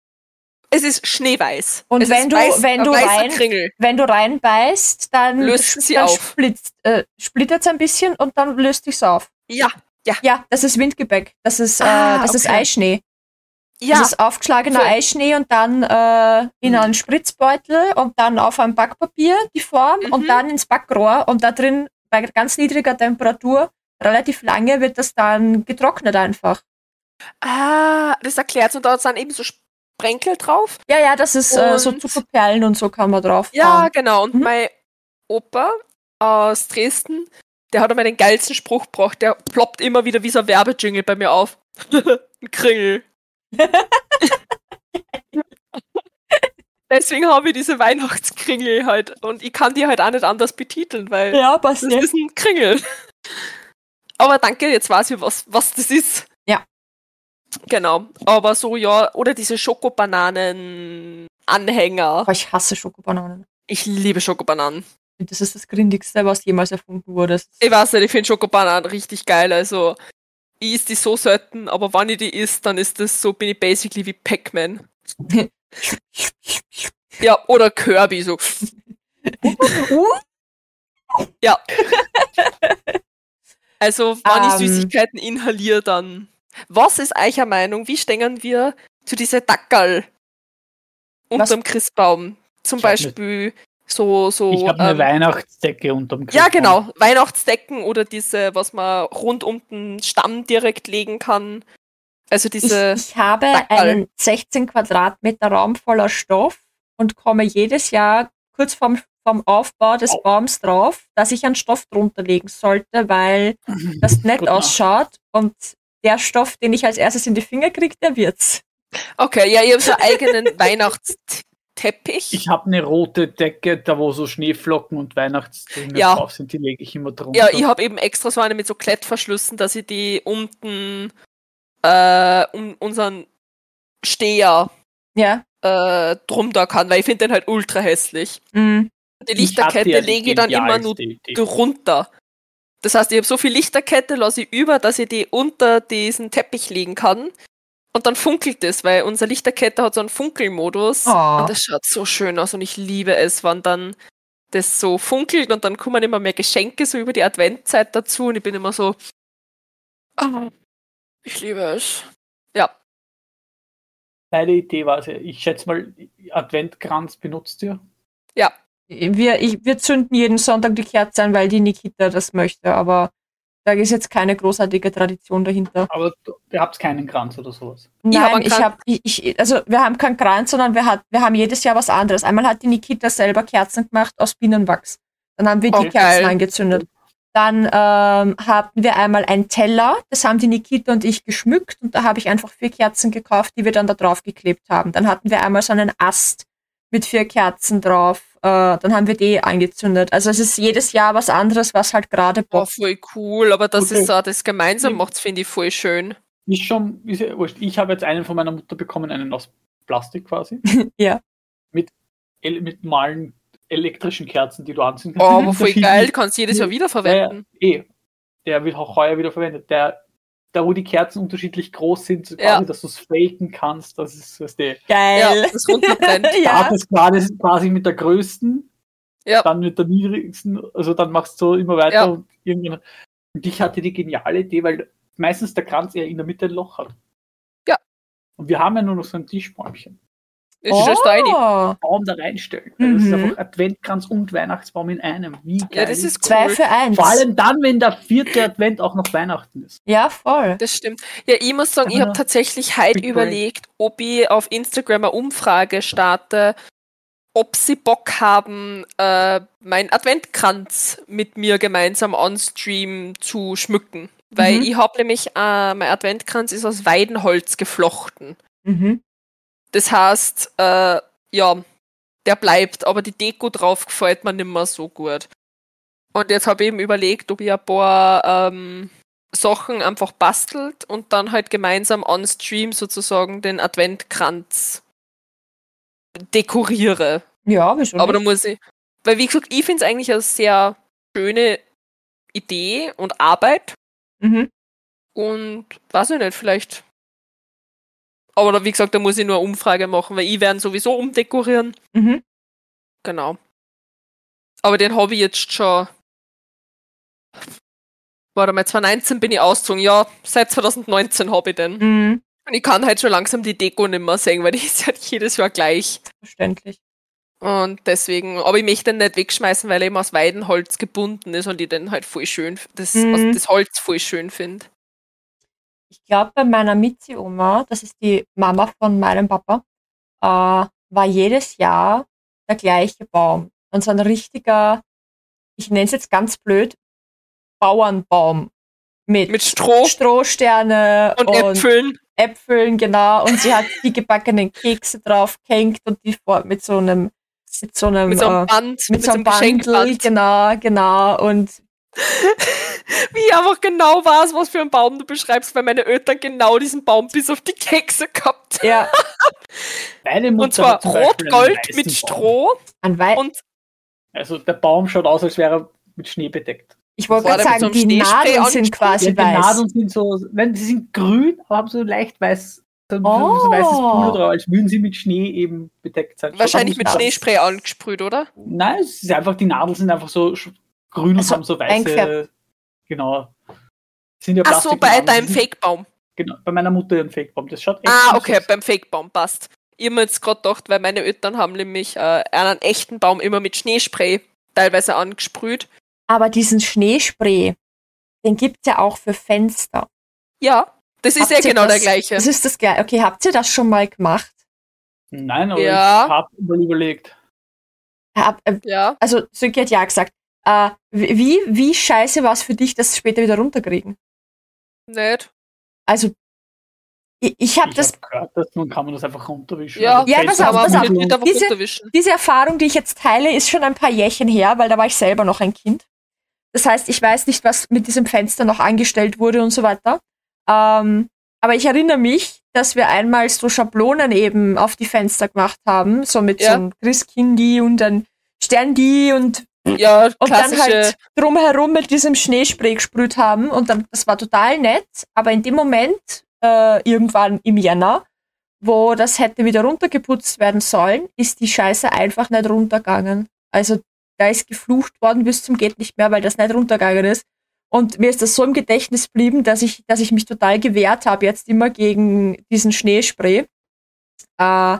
Es ist schneeweiß.
Und
es
wenn
ist
du- wenn
ein
du
weißer
rein-
Kringel.
Wenn du reinbeißt, dann,
Löst sie
dann
auf.
splitzt, äh, splittert es ein bisschen und dann löst sich's auf.
Ja,
Ja, das ist Windgebäck. Das ist, äh,
Ah,
das ist
okay.
Eischnee.
ja.
Das ist aufgeschlagener
Voll.
Eischnee und dann äh, in
Mhm.
einen Spritzbeutel und dann auf ein Backpapier die Form
Mhm.
und dann ins Backrohr und da drin bei ganz niedriger Temperatur relativ lange wird das dann getrocknet einfach.
Ah, das erklärt Und da sind eben so Sprenkel drauf.
Ja, ja, das ist äh, so
Und-
Zuckerperlen und so kann man drauf
Ja,
bauen.
genau. Und
Mhm.
mein Opa aus Dresden, der hat einmal den geilsten Spruch gebracht. Der ploppt immer wieder wie so ein Werbejingle bei mir auf. ein Kringel. Deswegen habe ich diese Weihnachtskringel halt. Und ich kann die halt auch nicht anders betiteln, weil
Ja, passt
Das ist ein Kringel. Aber danke, jetzt weiß ich, was, was das ist.
Ja.
Genau. Aber so, ja, oder diese Schokobananen-Anhänger.
Aber ich hasse Schokobananen.
Ich liebe Schokobananen.
Ich find, Das ist das Gründigste, was jemals erfunden wurde.
Ich weiß nicht, ich finde Schokobananen richtig geil. Also, ich esse die so selten, aber wenn ich die esse, dann ist das so, bin ich basically wie Pac-Man. Ja, oder Kirby, so.
Uh,
Also, wenn
Ähm.
ich Süßigkeiten inhaliere, dann. Was ist eurer Meinung? Wie stehen wir zu dieser Dackerl
Was-
unterm Christbaum? Zum
Ich hab ne-
Beispiel so, so.
ich habe eine
ähm,
Weihnachtsdecke unterm Christbaum.
ja, genau. Weihnachtsdecken oder diese, was man rund um den Stamm direkt legen kann. Also
ich,
diese.
ich habe
Backerl.
einen 16 Quadratmeter Raum voller Stoff und komme jedes Jahr kurz vorm, vorm Aufbau des
Au.
Baums drauf, dass ich einen Stoff drunter legen sollte, weil
genau.
das nett
Gute Nacht.
ausschaut und der Stoff, den ich als erstes in die Finger kriege, der wird's.
Okay, ja, ich habe so einen eigenen Weihnachtsteppich.
Ich habe eine rote Decke, da wo so Schneeflocken und Weihnachtsdinge
Ja.
drauf sind, die lege ich immer drunter.
Ja, ich habe eben extra so eine mit so Klettverschlüssen, dass ich die unten äh, um unseren Steher
Ja.
äh, drum da kann, weil ich finde den halt ultra hässlich.
Mhm.
Die
Ich hatte
Lichterkette
ja die
lege ich dann immer nur
genialste Idee.
drunter. Das heißt, ich habe so viel Lichterkette, lasse ich über, dass ich die unter diesen Teppich legen kann. Und dann funkelt es, weil unsere Lichterkette hat so einen Funkelmodus.
Oh.
Und das schaut so schön aus und ich liebe es, wenn dann das so funkelt und dann kommen immer mehr Geschenke so über die Adventzeit dazu und ich bin immer so, "Ah, ich liebe es.
Meine Idee war es ja. Ich schätze mal, Adventkranz benutzt ihr.
Wir, ich, wir zünden jeden Sonntag die Kerze an, weil die Nikita das möchte, aber da ist jetzt keine großartige Tradition dahinter.
Aber du- ihr habt keinen Kranz oder sowas.
Ich hab
Nein,
einen
ich
Kranz.
habe, ich, ich, also wir haben keinen Kranz, sondern wir, hat, wir haben jedes Jahr was anderes. Einmal hat die Nikita selber Kerzen gemacht aus Bienenwachs. Dann haben wir die
Oh,
Kerzen
geil.
angezündet. Dann ähm, hatten wir einmal einen Teller, das haben die Nikita und ich geschmückt und da habe ich einfach vier Kerzen gekauft, die wir dann da drauf geklebt haben. Dann hatten wir einmal so einen Ast mit vier Kerzen drauf, äh, dann haben wir die angezündet. Also es ist jedes Jahr was anderes, was halt gerade
Boah,
bockt.
voll cool, aber das
Okay.
ist so, das gemeinsam
Mhm.
macht's, finde ich, voll schön.
Ist schon, ist ja wurscht. Ich habe jetzt einen von meiner Mutter bekommen, einen aus Plastik quasi.
Ja.
Mit, el- mit normalen elektrischen Kerzen, die du anzünden
Oh,
Der
aber voll
fiel
geil,
mir-
kannst jedes Jahr
Ja,
wiederverwenden.
ja, eh. Der wird auch heuer wieder verwendet. Der, da wo die Kerzen unterschiedlich groß sind, so
Ja.
quasi, dass du es faken kannst, das ist das der.
Ja,
Geil.
das runterbrennt.
Ja. Startest quasi, quasi mit der größten,
Ja.
dann mit der niedrigsten, also dann machst du immer weiter
Ja.
und irgendwann. Und ich hatte die geniale Idee, weil meistens der Kranz eher in der Mitte ein Loch hat.
Ja.
Und wir haben ja nur noch so ein Tischbäumchen.
Ist schon steiny.
Oh.
Oh,
Baum da reinstellen. Weil Das ist
Mhm.
einfach Adventkranz und Weihnachtsbaum in einem. Wie geil.
Ja, das ist cool.
Zwei für eins.
Vor allem dann, wenn der vierte Advent auch noch Weihnachten ist.
Ja, voll.
Das stimmt. Ja, ich muss sagen, ich
Aber
habe tatsächlich heute
Big
überlegt, ob ich auf Instagram eine Umfrage starte, ob sie Bock haben, äh, meinen Adventkranz mit mir gemeinsam on Stream zu schmücken. Weil
Mhm.
ich habe nämlich, äh, mein Adventkranz ist aus Weidenholz geflochten.
Mhm.
Das heißt, äh, ja, der bleibt, aber die Deko drauf gefällt mir nicht mehr so gut. Und jetzt habe ich eben überlegt, ob ich ein paar ähm, Sachen einfach bastelt und dann halt gemeinsam on Stream sozusagen den Adventkranz dekoriere.
Ja, wieso
Aber da
nicht?
muss ich. Weil wie gesagt, ich finde es eigentlich eine sehr schöne Idee und Arbeit.
Mhm.
Und weiß ich nicht, vielleicht. Aber da, wie gesagt, da muss ich nur eine Umfrage machen, weil ich werden sowieso umdekorieren.
Mhm.
Genau. Aber den habe ich jetzt schon. Warte mal, 2019 bin ich ausgezogen. Ja, seit 2019 habe ich den.
Mhm.
Und ich kann halt schon langsam die Deko nicht mehr sehen, weil die ist halt jedes Jahr gleich.
Verständlich.
Und deswegen, aber ich möchte den nicht wegschmeißen, weil er eben aus Weidenholz gebunden ist und ich den halt voll schön, das,
Mhm.
also das Holz voll schön finde.
Ich glaube, bei meiner Mitzi-Oma, das ist die Mama von meinem Papa, äh, war jedes Jahr der gleiche Baum. Und so ein richtiger, ich nenne es jetzt ganz blöd, Bauernbaum. Mit,
Mit Stroh
Strohsterne
und, Äpfeln.
Äpfeln, genau. Und sie hat die gebackenen Kekse drauf gehängt und die vor, mit so einem, mit so einem,
Mit so einem
äh,
Band,
mit so einem Bandel,
Geschenkband.
genau, genau. Und
Wie ich einfach genau weiß, was für einen Baum du beschreibst, weil meine Eltern genau diesen Baum bis auf die Kekse gehabt haben.
ja,
Meine Mutter
Und zwar
hat zum Beispiel einen
rot-gold
weißen
mit
Baum.
Stroh
an Wei
und
Also der Baum schaut aus, als wäre er mit Schnee bedeckt.
ich wollte
Vor
gerade
allem mit
sagen,
so einem
die
Schneespray
Nadeln
und-
sind
Ja,
quasi
die
weiß.
Nadeln sind so, wenn sie sind grün, aber haben so leicht weiß, so,
Oh.
so weißes Pulver drauf, als würden sie mit Schnee eben bedeckt sein. Schaut
wahrscheinlich
aus
mit
wie-
das-
Schneespray angesprüht, oder?
Nein, es ist einfach, die Nadeln sind einfach so sch- grün
Also
und haben so weiße.
eingefärbt.
Genau. Sind ja
Ach so, bei
Plastiknadeln.
deinem
Die sind-
Fake-Baum.
Genau, bei meiner Mutter ein Fake-Baum. Das schaut echt
Ah,
süß
okay,
aus.
beim Fake-Baum passt. Ich hab mir jetzt gerade gedacht, weil meine Eltern haben nämlich äh, einen echten Baum immer mit Schneespray teilweise angesprüht.
Aber diesen Schneespray, den gibt's ja auch für Fenster.
Ja, das ist
Habt
ja
ihr
genau der
das-
gleiche.
Das ist das gleiche. Okay, habt ihr das schon mal gemacht?
Nein, aber
Ja.
ich habe mal überlegt.
Hab, äh,
Ja.
also, Sönke hat ja gesagt. Äh, wie, wie scheiße war es für dich, das später wieder runterkriegen?
Nicht.
Also, ich, ich habe
ich
das
habe gehört, dass man kann man das einfach runterwischen. Also
Ja,
Ja,
fällt
pass
das
auf, pass
nicht
auf.
runter.
Nicht einfach
Diese-
runterwischen.
diese Erfahrung, die ich jetzt teile, ist schon ein paar Jährchen her, weil da war ich selber noch ein Kind. Das heißt, ich weiß nicht, was mit diesem Fenster noch angestellt wurde und so weiter. Ähm, aber ich erinnere mich, dass wir einmal so Schablonen eben auf die Fenster gemacht haben, so mit
Ja.
so einem Christkindi und ein Sterndi und,
Ja,
und dann
klassische.
halt drumherum mit diesem Schneespray gesprüht haben. Und dann, das war total nett, aber in dem Moment, äh, irgendwann im Jänner, wo das hätte wieder runtergeputzt werden sollen, ist die Scheiße einfach nicht runtergegangen. Also da ist geflucht worden bis zum geht nicht mehr, weil das nicht runtergegangen ist. Und mir ist das so im Gedächtnis geblieben, dass ich, dass ich mich total gewehrt habe jetzt immer gegen diesen Schneespray. Äh,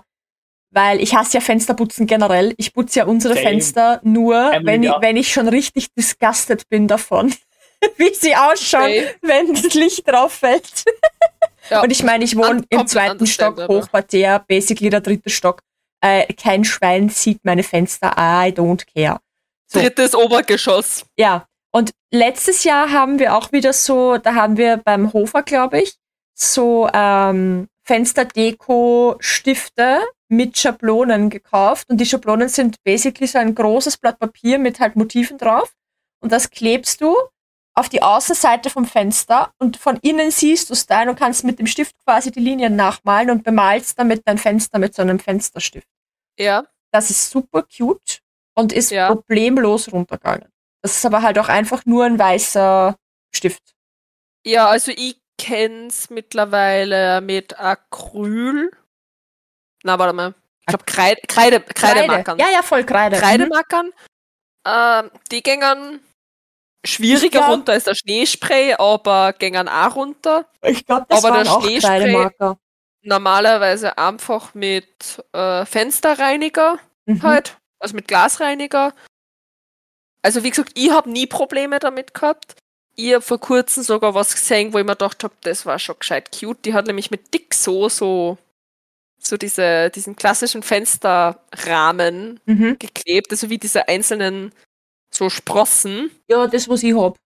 weil ich hasse ja Fensterputzen generell. Ich putze ja unsere
Same.
Fenster nur,
Einmal
wenn
im
ich,
Jahr.
wenn ich schon richtig disgusted bin davon, wie sie ausschauen
Okay.
wenn das Licht drauf fällt.
Ja.
Und ich meine, ich wohne
An-
im
komplett
zweiten Stock,
understandable.
Hochparterre, basically der dritte Stock. Äh, kein Schwein sieht meine Fenster. Ah, I don't care. So.
Drittes Obergeschoss.
Ja. Und letztes Jahr haben wir auch wieder so, da haben wir beim Hofer, glaube ich, so ähm, Fensterdeko-Stifte mit Schablonen gekauft. Und die Schablonen sind basically so ein großes Blatt Papier mit halt Motiven drauf. Und das klebst du auf die Außenseite vom Fenster und von innen siehst du es dann und kannst mit dem Stift quasi die Linien nachmalen und bemalst damit dein Fenster mit so einem Fensterstift.
Ja.
Das ist super cute und ist
Ja.
problemlos runtergegangen. Das ist aber halt auch einfach nur ein weißer Stift.
Ja, also ich kenn's mittlerweile mit Acryl. Na, warte mal. Ich glaube Kreide, Kreide, Kreidemarkern.
Ja, ja, voll Kreide. Mhm.
Kreidemarkern. Ähm, die gängern
Ich
schwieriger
glaub-
runter als der Schneespray, aber gängern auch runter.
Ich glaube, das
Aber
waren
der
auch
Schneespray-
Kreidemarker.
normalerweise einfach mit äh, Fensterreiniger
Mhm.
halt, also mit Glasreiniger. Also wie gesagt, ich habe nie Probleme damit gehabt. Ich habe vor kurzem sogar was gesehen, wo ich mir gedacht habe, das war schon gescheit cute. Die hat nämlich mit dick so so so diese diesen klassischen Fensterrahmen
Mhm.
geklebt, also wie diese einzelnen so Sprossen.
Ja, das, was ich hab.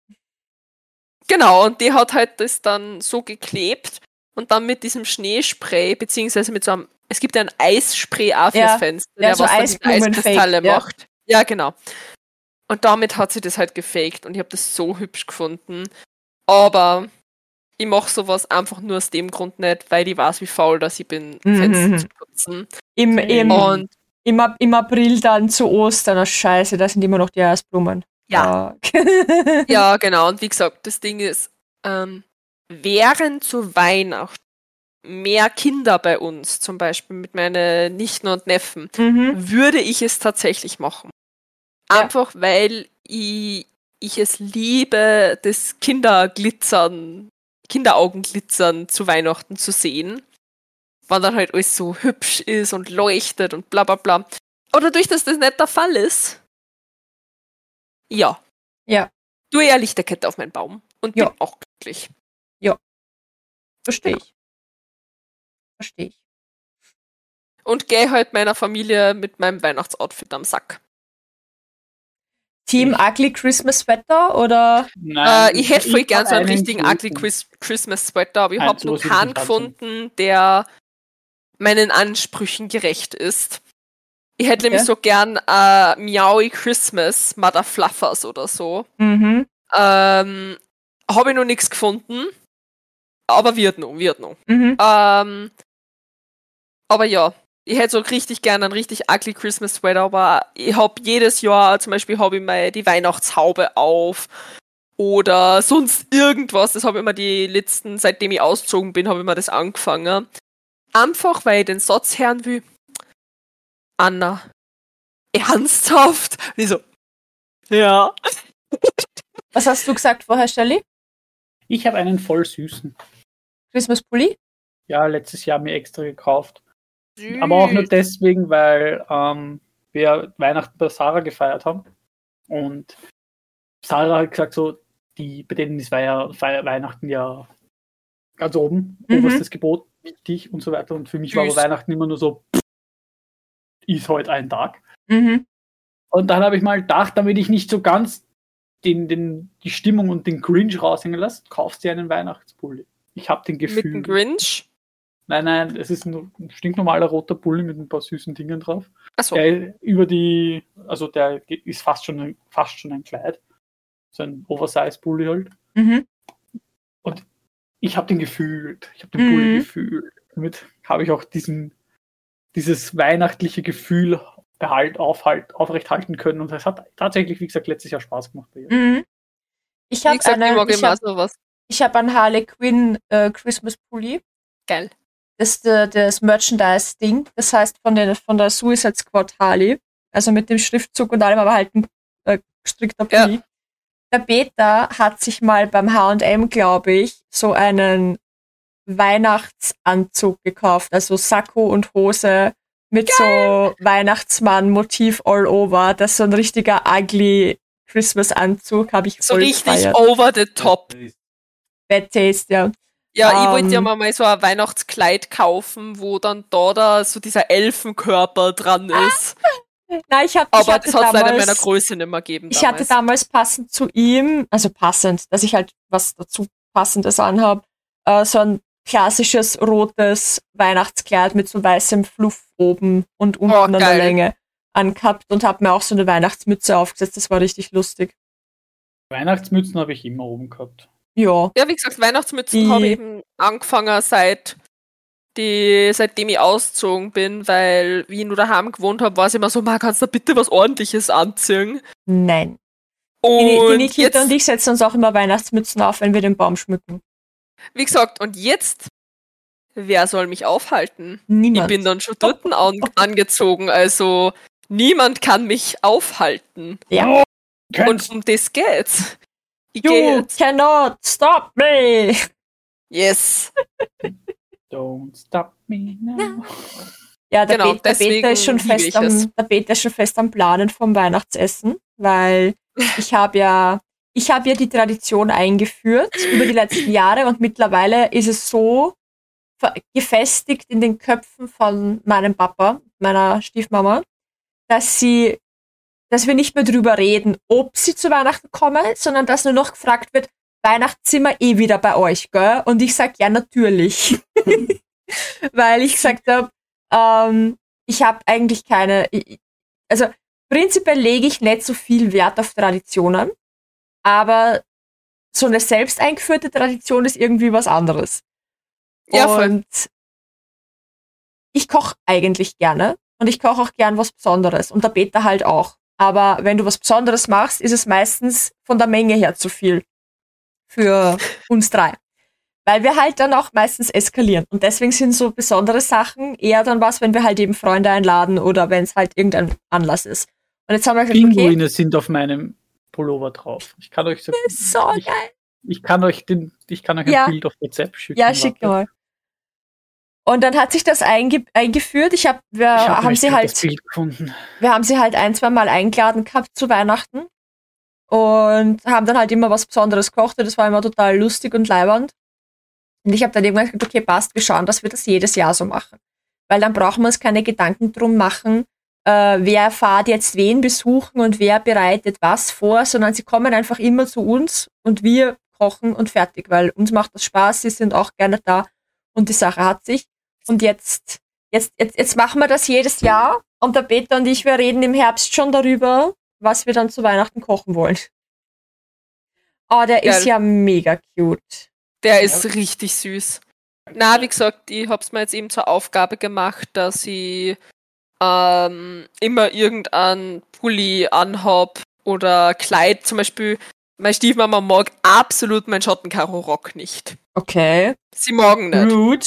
Genau, und die hat halt das dann so geklebt und dann mit diesem Schneespray, beziehungsweise mit so einem, es gibt ja ein Eisspray auch fürs
Ja,
Fenster,
ja, so
was dann die
Eisblumen
Eiskristalle
fake, ja.
macht. Ja, genau. Und damit hat sie das halt gefaked und ich habe das so hübsch gefunden. Aber ich mache sowas einfach nur aus dem Grund nicht, weil ich weiß, wie faul dass ich bin,
Mhm.
Fenster zu putzen.
Im, im,
Und
im, Ap- Im April dann zu Ostern, oh Scheiße, da sind immer noch die Eisblumen.
Ja.
Ah.
Ja, genau. Und wie gesagt, das Ding ist, ähm, während zu Weihnachten mehr Kinder bei uns, zum Beispiel mit meinen Nichten und Neffen,
mhm.
würde ich es tatsächlich machen. Einfach weil ich, ich es liebe, das Kinderglitzern, Kinderaugenglitzern zu Weihnachten zu sehen. Wann dann halt alles so hübsch ist und leuchtet und bla bla bla. Aber dadurch, dass das nicht der Fall ist, ja.
Ja.
Du eher Lichterkette auf meinen Baum. Und
Ja.
bin auch glücklich.
Verstehe ich. Verstehe ich.
Und gehe halt meiner Familie mit meinem Weihnachtsoutfit am Sack.
Team Ugly Christmas Wetter oder?
Nein,
äh, ich hätte voll gern so einen
Ähm, einen
richtigen
guten.
ugly Chris Christmas Sweater, aber ich
Nein,
habe nur
sowas würd
keinen
ich nicht anziehen.
gefunden, der meinen Ansprüchen gerecht ist. Ich hätte nämlich
Okay.
so gern äh, Meowie Christmas Mother Fluffers oder so.
Mhm.
Ähm, habe ich noch nichts gefunden, aber wird noch, wird noch.
Mhm.
Ähm, aber ja, ich hätte so richtig gerne einen richtig ugly Christmas Sweater, aber ich hab jedes Jahr zum Beispiel hab ich mal die Weihnachtshaube auf oder sonst irgendwas. Das habe ich immer die letzten, seitdem ich ausgezogen bin, habe ich immer das angefangen. Einfach, weil ich den Satz hören will. Anna, ernsthaft? Und ich so, ja.
Was hast du gesagt vorher, Shelley?
Ich habe einen voll süßen.
Christmas Pulli?
Ja, letztes Jahr mir extra gekauft. Aber auch nur deswegen, weil ähm, wir Weihnachten bei Sarah gefeiert haben. Und Sarah hat gesagt, so, die Bedennis war ja Feier, Weihnachten ja ganz oben,
Mhm.
oberstes Gebot, wichtig und so weiter. Und für mich war aber
Süß.
Weihnachten immer nur so, pff, ist heute ein Tag.
Mhm.
Und dann habe ich mal gedacht, damit ich nicht so ganz den, den, die Stimmung und den Cringe raushängen lasse, kaufst dir einen Weihnachtspulli. Ich habe den
mit dem
Gefühl.
Grinch.
Nein, nein, es ist ein stinknormaler roter Pulli mit ein paar süßen Dingen drauf.
Achso,
Der über die, also der ge- ist fast schon, ein- fast schon ein Kleid. So ein Oversize-Pulli halt.
Mhm.
Ich habe den gefühlt. Ich habe den Pulli
Mhm.
gefühlt. Damit habe ich auch diesen, dieses weihnachtliche Gefühl behalt, aufhalt, aufrecht halten können. Und es hat tatsächlich, wie gesagt, letztes Jahr Spaß gemacht. Bei ihr.
Mhm. Ich
wie
habe
gesagt, ich mag
ich
immer
hab,
sowas.
ich hab einen Harley Quinn äh, Christmas Pulli.
Geil.
Das, der- das Merchandise-Ding. Das heißt von der, von der Suicide Squad Harley. Also mit dem Schriftzug und allem, aber halt ein äh, gestrickter
Ja.
Pulli. Der Peter hat sich mal beim H&M, glaube ich, so einen Weihnachtsanzug gekauft. Also Sakko und Hose mit so Weihnachtsmann-Motiv all over. Das ist so ein richtiger ugly Christmas-Anzug, habe ich
So
voll
richtig
gefeiert.
over the top.
Bad Taste, ja.
Ja, ich
Ähm.
wollte ja mal mal so ein Weihnachtskleid kaufen, wo dann da, da so dieser Elfenkörper dran ist.
Nein, ich, hab, ich
Oh, Aber
hatte
das hat es leider meiner
Ah, damals,
Größe nicht mehr gegeben.
ich hatte damals passend zu ihm, also passend, dass ich halt was dazu passendes anhab, äh, so ein klassisches rotes Weihnachtskleid mit so weißem Fluff oben und unten an der
Oh, geil.
Länge angehabt und hab mir auch so eine Weihnachtsmütze aufgesetzt. Das war richtig lustig.
Weihnachtsmützen habe ich immer oben gehabt.
Ja.
Ja, wie gesagt, Weihnachtsmützen
Die-
habe ich eben angefangen seit die, seitdem ich ausgezogen bin, weil wie ich nur daheim gewohnt habe, war es immer so, man kannst du bitte was ordentliches anziehen.
Nein. Die, Ni- die
Und
Nikita
jetzt,
und ich setzen uns auch immer Weihnachtsmützen auf, wenn wir den Baum schmücken.
wie gesagt, und jetzt, wer soll mich aufhalten? Ich
Niemand.
bin dann schon dort an angezogen, also niemand kann mich aufhalten.
ja.
Könnt's-
Und um das geht's. Ich geh
You
jetzt.
cannot stop me!
Yes.
Don't stop me now.
Ja, der,
Genau,
Be der,
deswegen
Peter ist schon
liebe ich
fest
es.
am, der Peter ist schon fest am Planen vom Weihnachtsessen, weil ich habe ja, ich habe ja die Tradition eingeführt über die letzten Jahre und mittlerweile ist es so ver- gefestigt in den Köpfen von meinem Papa, meiner Stiefmama, dass sie, dass wir nicht mehr drüber reden, ob sie zu Weihnachten komme, sondern dass nur noch gefragt wird, Weihnachten sind wir eh wieder bei euch, gell? Und ich sag ja natürlich. Weil ich gesagt habe, ähm, ich habe eigentlich keine, i- i- also prinzipiell lege ich nicht so viel Wert auf Traditionen, aber so eine selbst eingeführte Tradition ist irgendwie was anderes.
Ja, voll.
Und ich koche eigentlich gerne und ich koche auch gern was Besonderes und der Peter halt auch. Aber wenn du was Besonderes machst, ist es meistens von der Menge her zu viel für uns drei. Weil wir halt dann auch meistens eskalieren. Und deswegen sind so besondere Sachen eher dann was, wenn wir halt eben Freunde einladen oder wenn es halt irgendein Anlass ist. Und jetzt haben wir gesagt, okay,
Pinguine sind auf meinem Pullover drauf. Ich kann euch so,
so
ich,
geil.
ich kann euch den, ich kann euch ein
Ja.
Bild auf WhatsApp schicken.
Ja, schick
Warte.
mal. Und dann hat sich das einge eingeführt. Ich hab, wir
Ich hab
haben
nämlich
sie
gerade
halt.
das Bild gefunden.
wir haben sie halt ein, zwei Mal eingeladen gehabt zu Weihnachten und haben dann halt immer was Besonderes gekocht und das war immer total lustig und leibernd. Und ich habe dann irgendwann gesagt, okay, passt, wir schauen, dass wir das jedes Jahr so machen. Weil dann brauchen wir uns keine Gedanken drum machen, äh, wer fahrt jetzt wen besuchen und wer bereitet was vor, sondern sie kommen einfach immer zu uns und wir kochen und fertig, weil uns macht das Spaß, sie sind auch gerne da und die Sache hat sich. Und jetzt, jetzt, jetzt, jetzt machen wir das jedes Jahr und der Peter und ich, wir reden im Herbst schon darüber, was wir dann zu Weihnachten kochen wollen. Oh, der ist
Geil.
ja mega cute.
Der ist richtig süß. Na, wie gesagt, ich hab's mir jetzt eben zur Aufgabe gemacht, dass ich ähm, immer irgendein Pulli anhab oder Kleid. Zum Beispiel, meine Stiefmama mag absolut meinen Schottenkaro-Rock nicht.
Okay.
Sie mogen nicht.
Rude.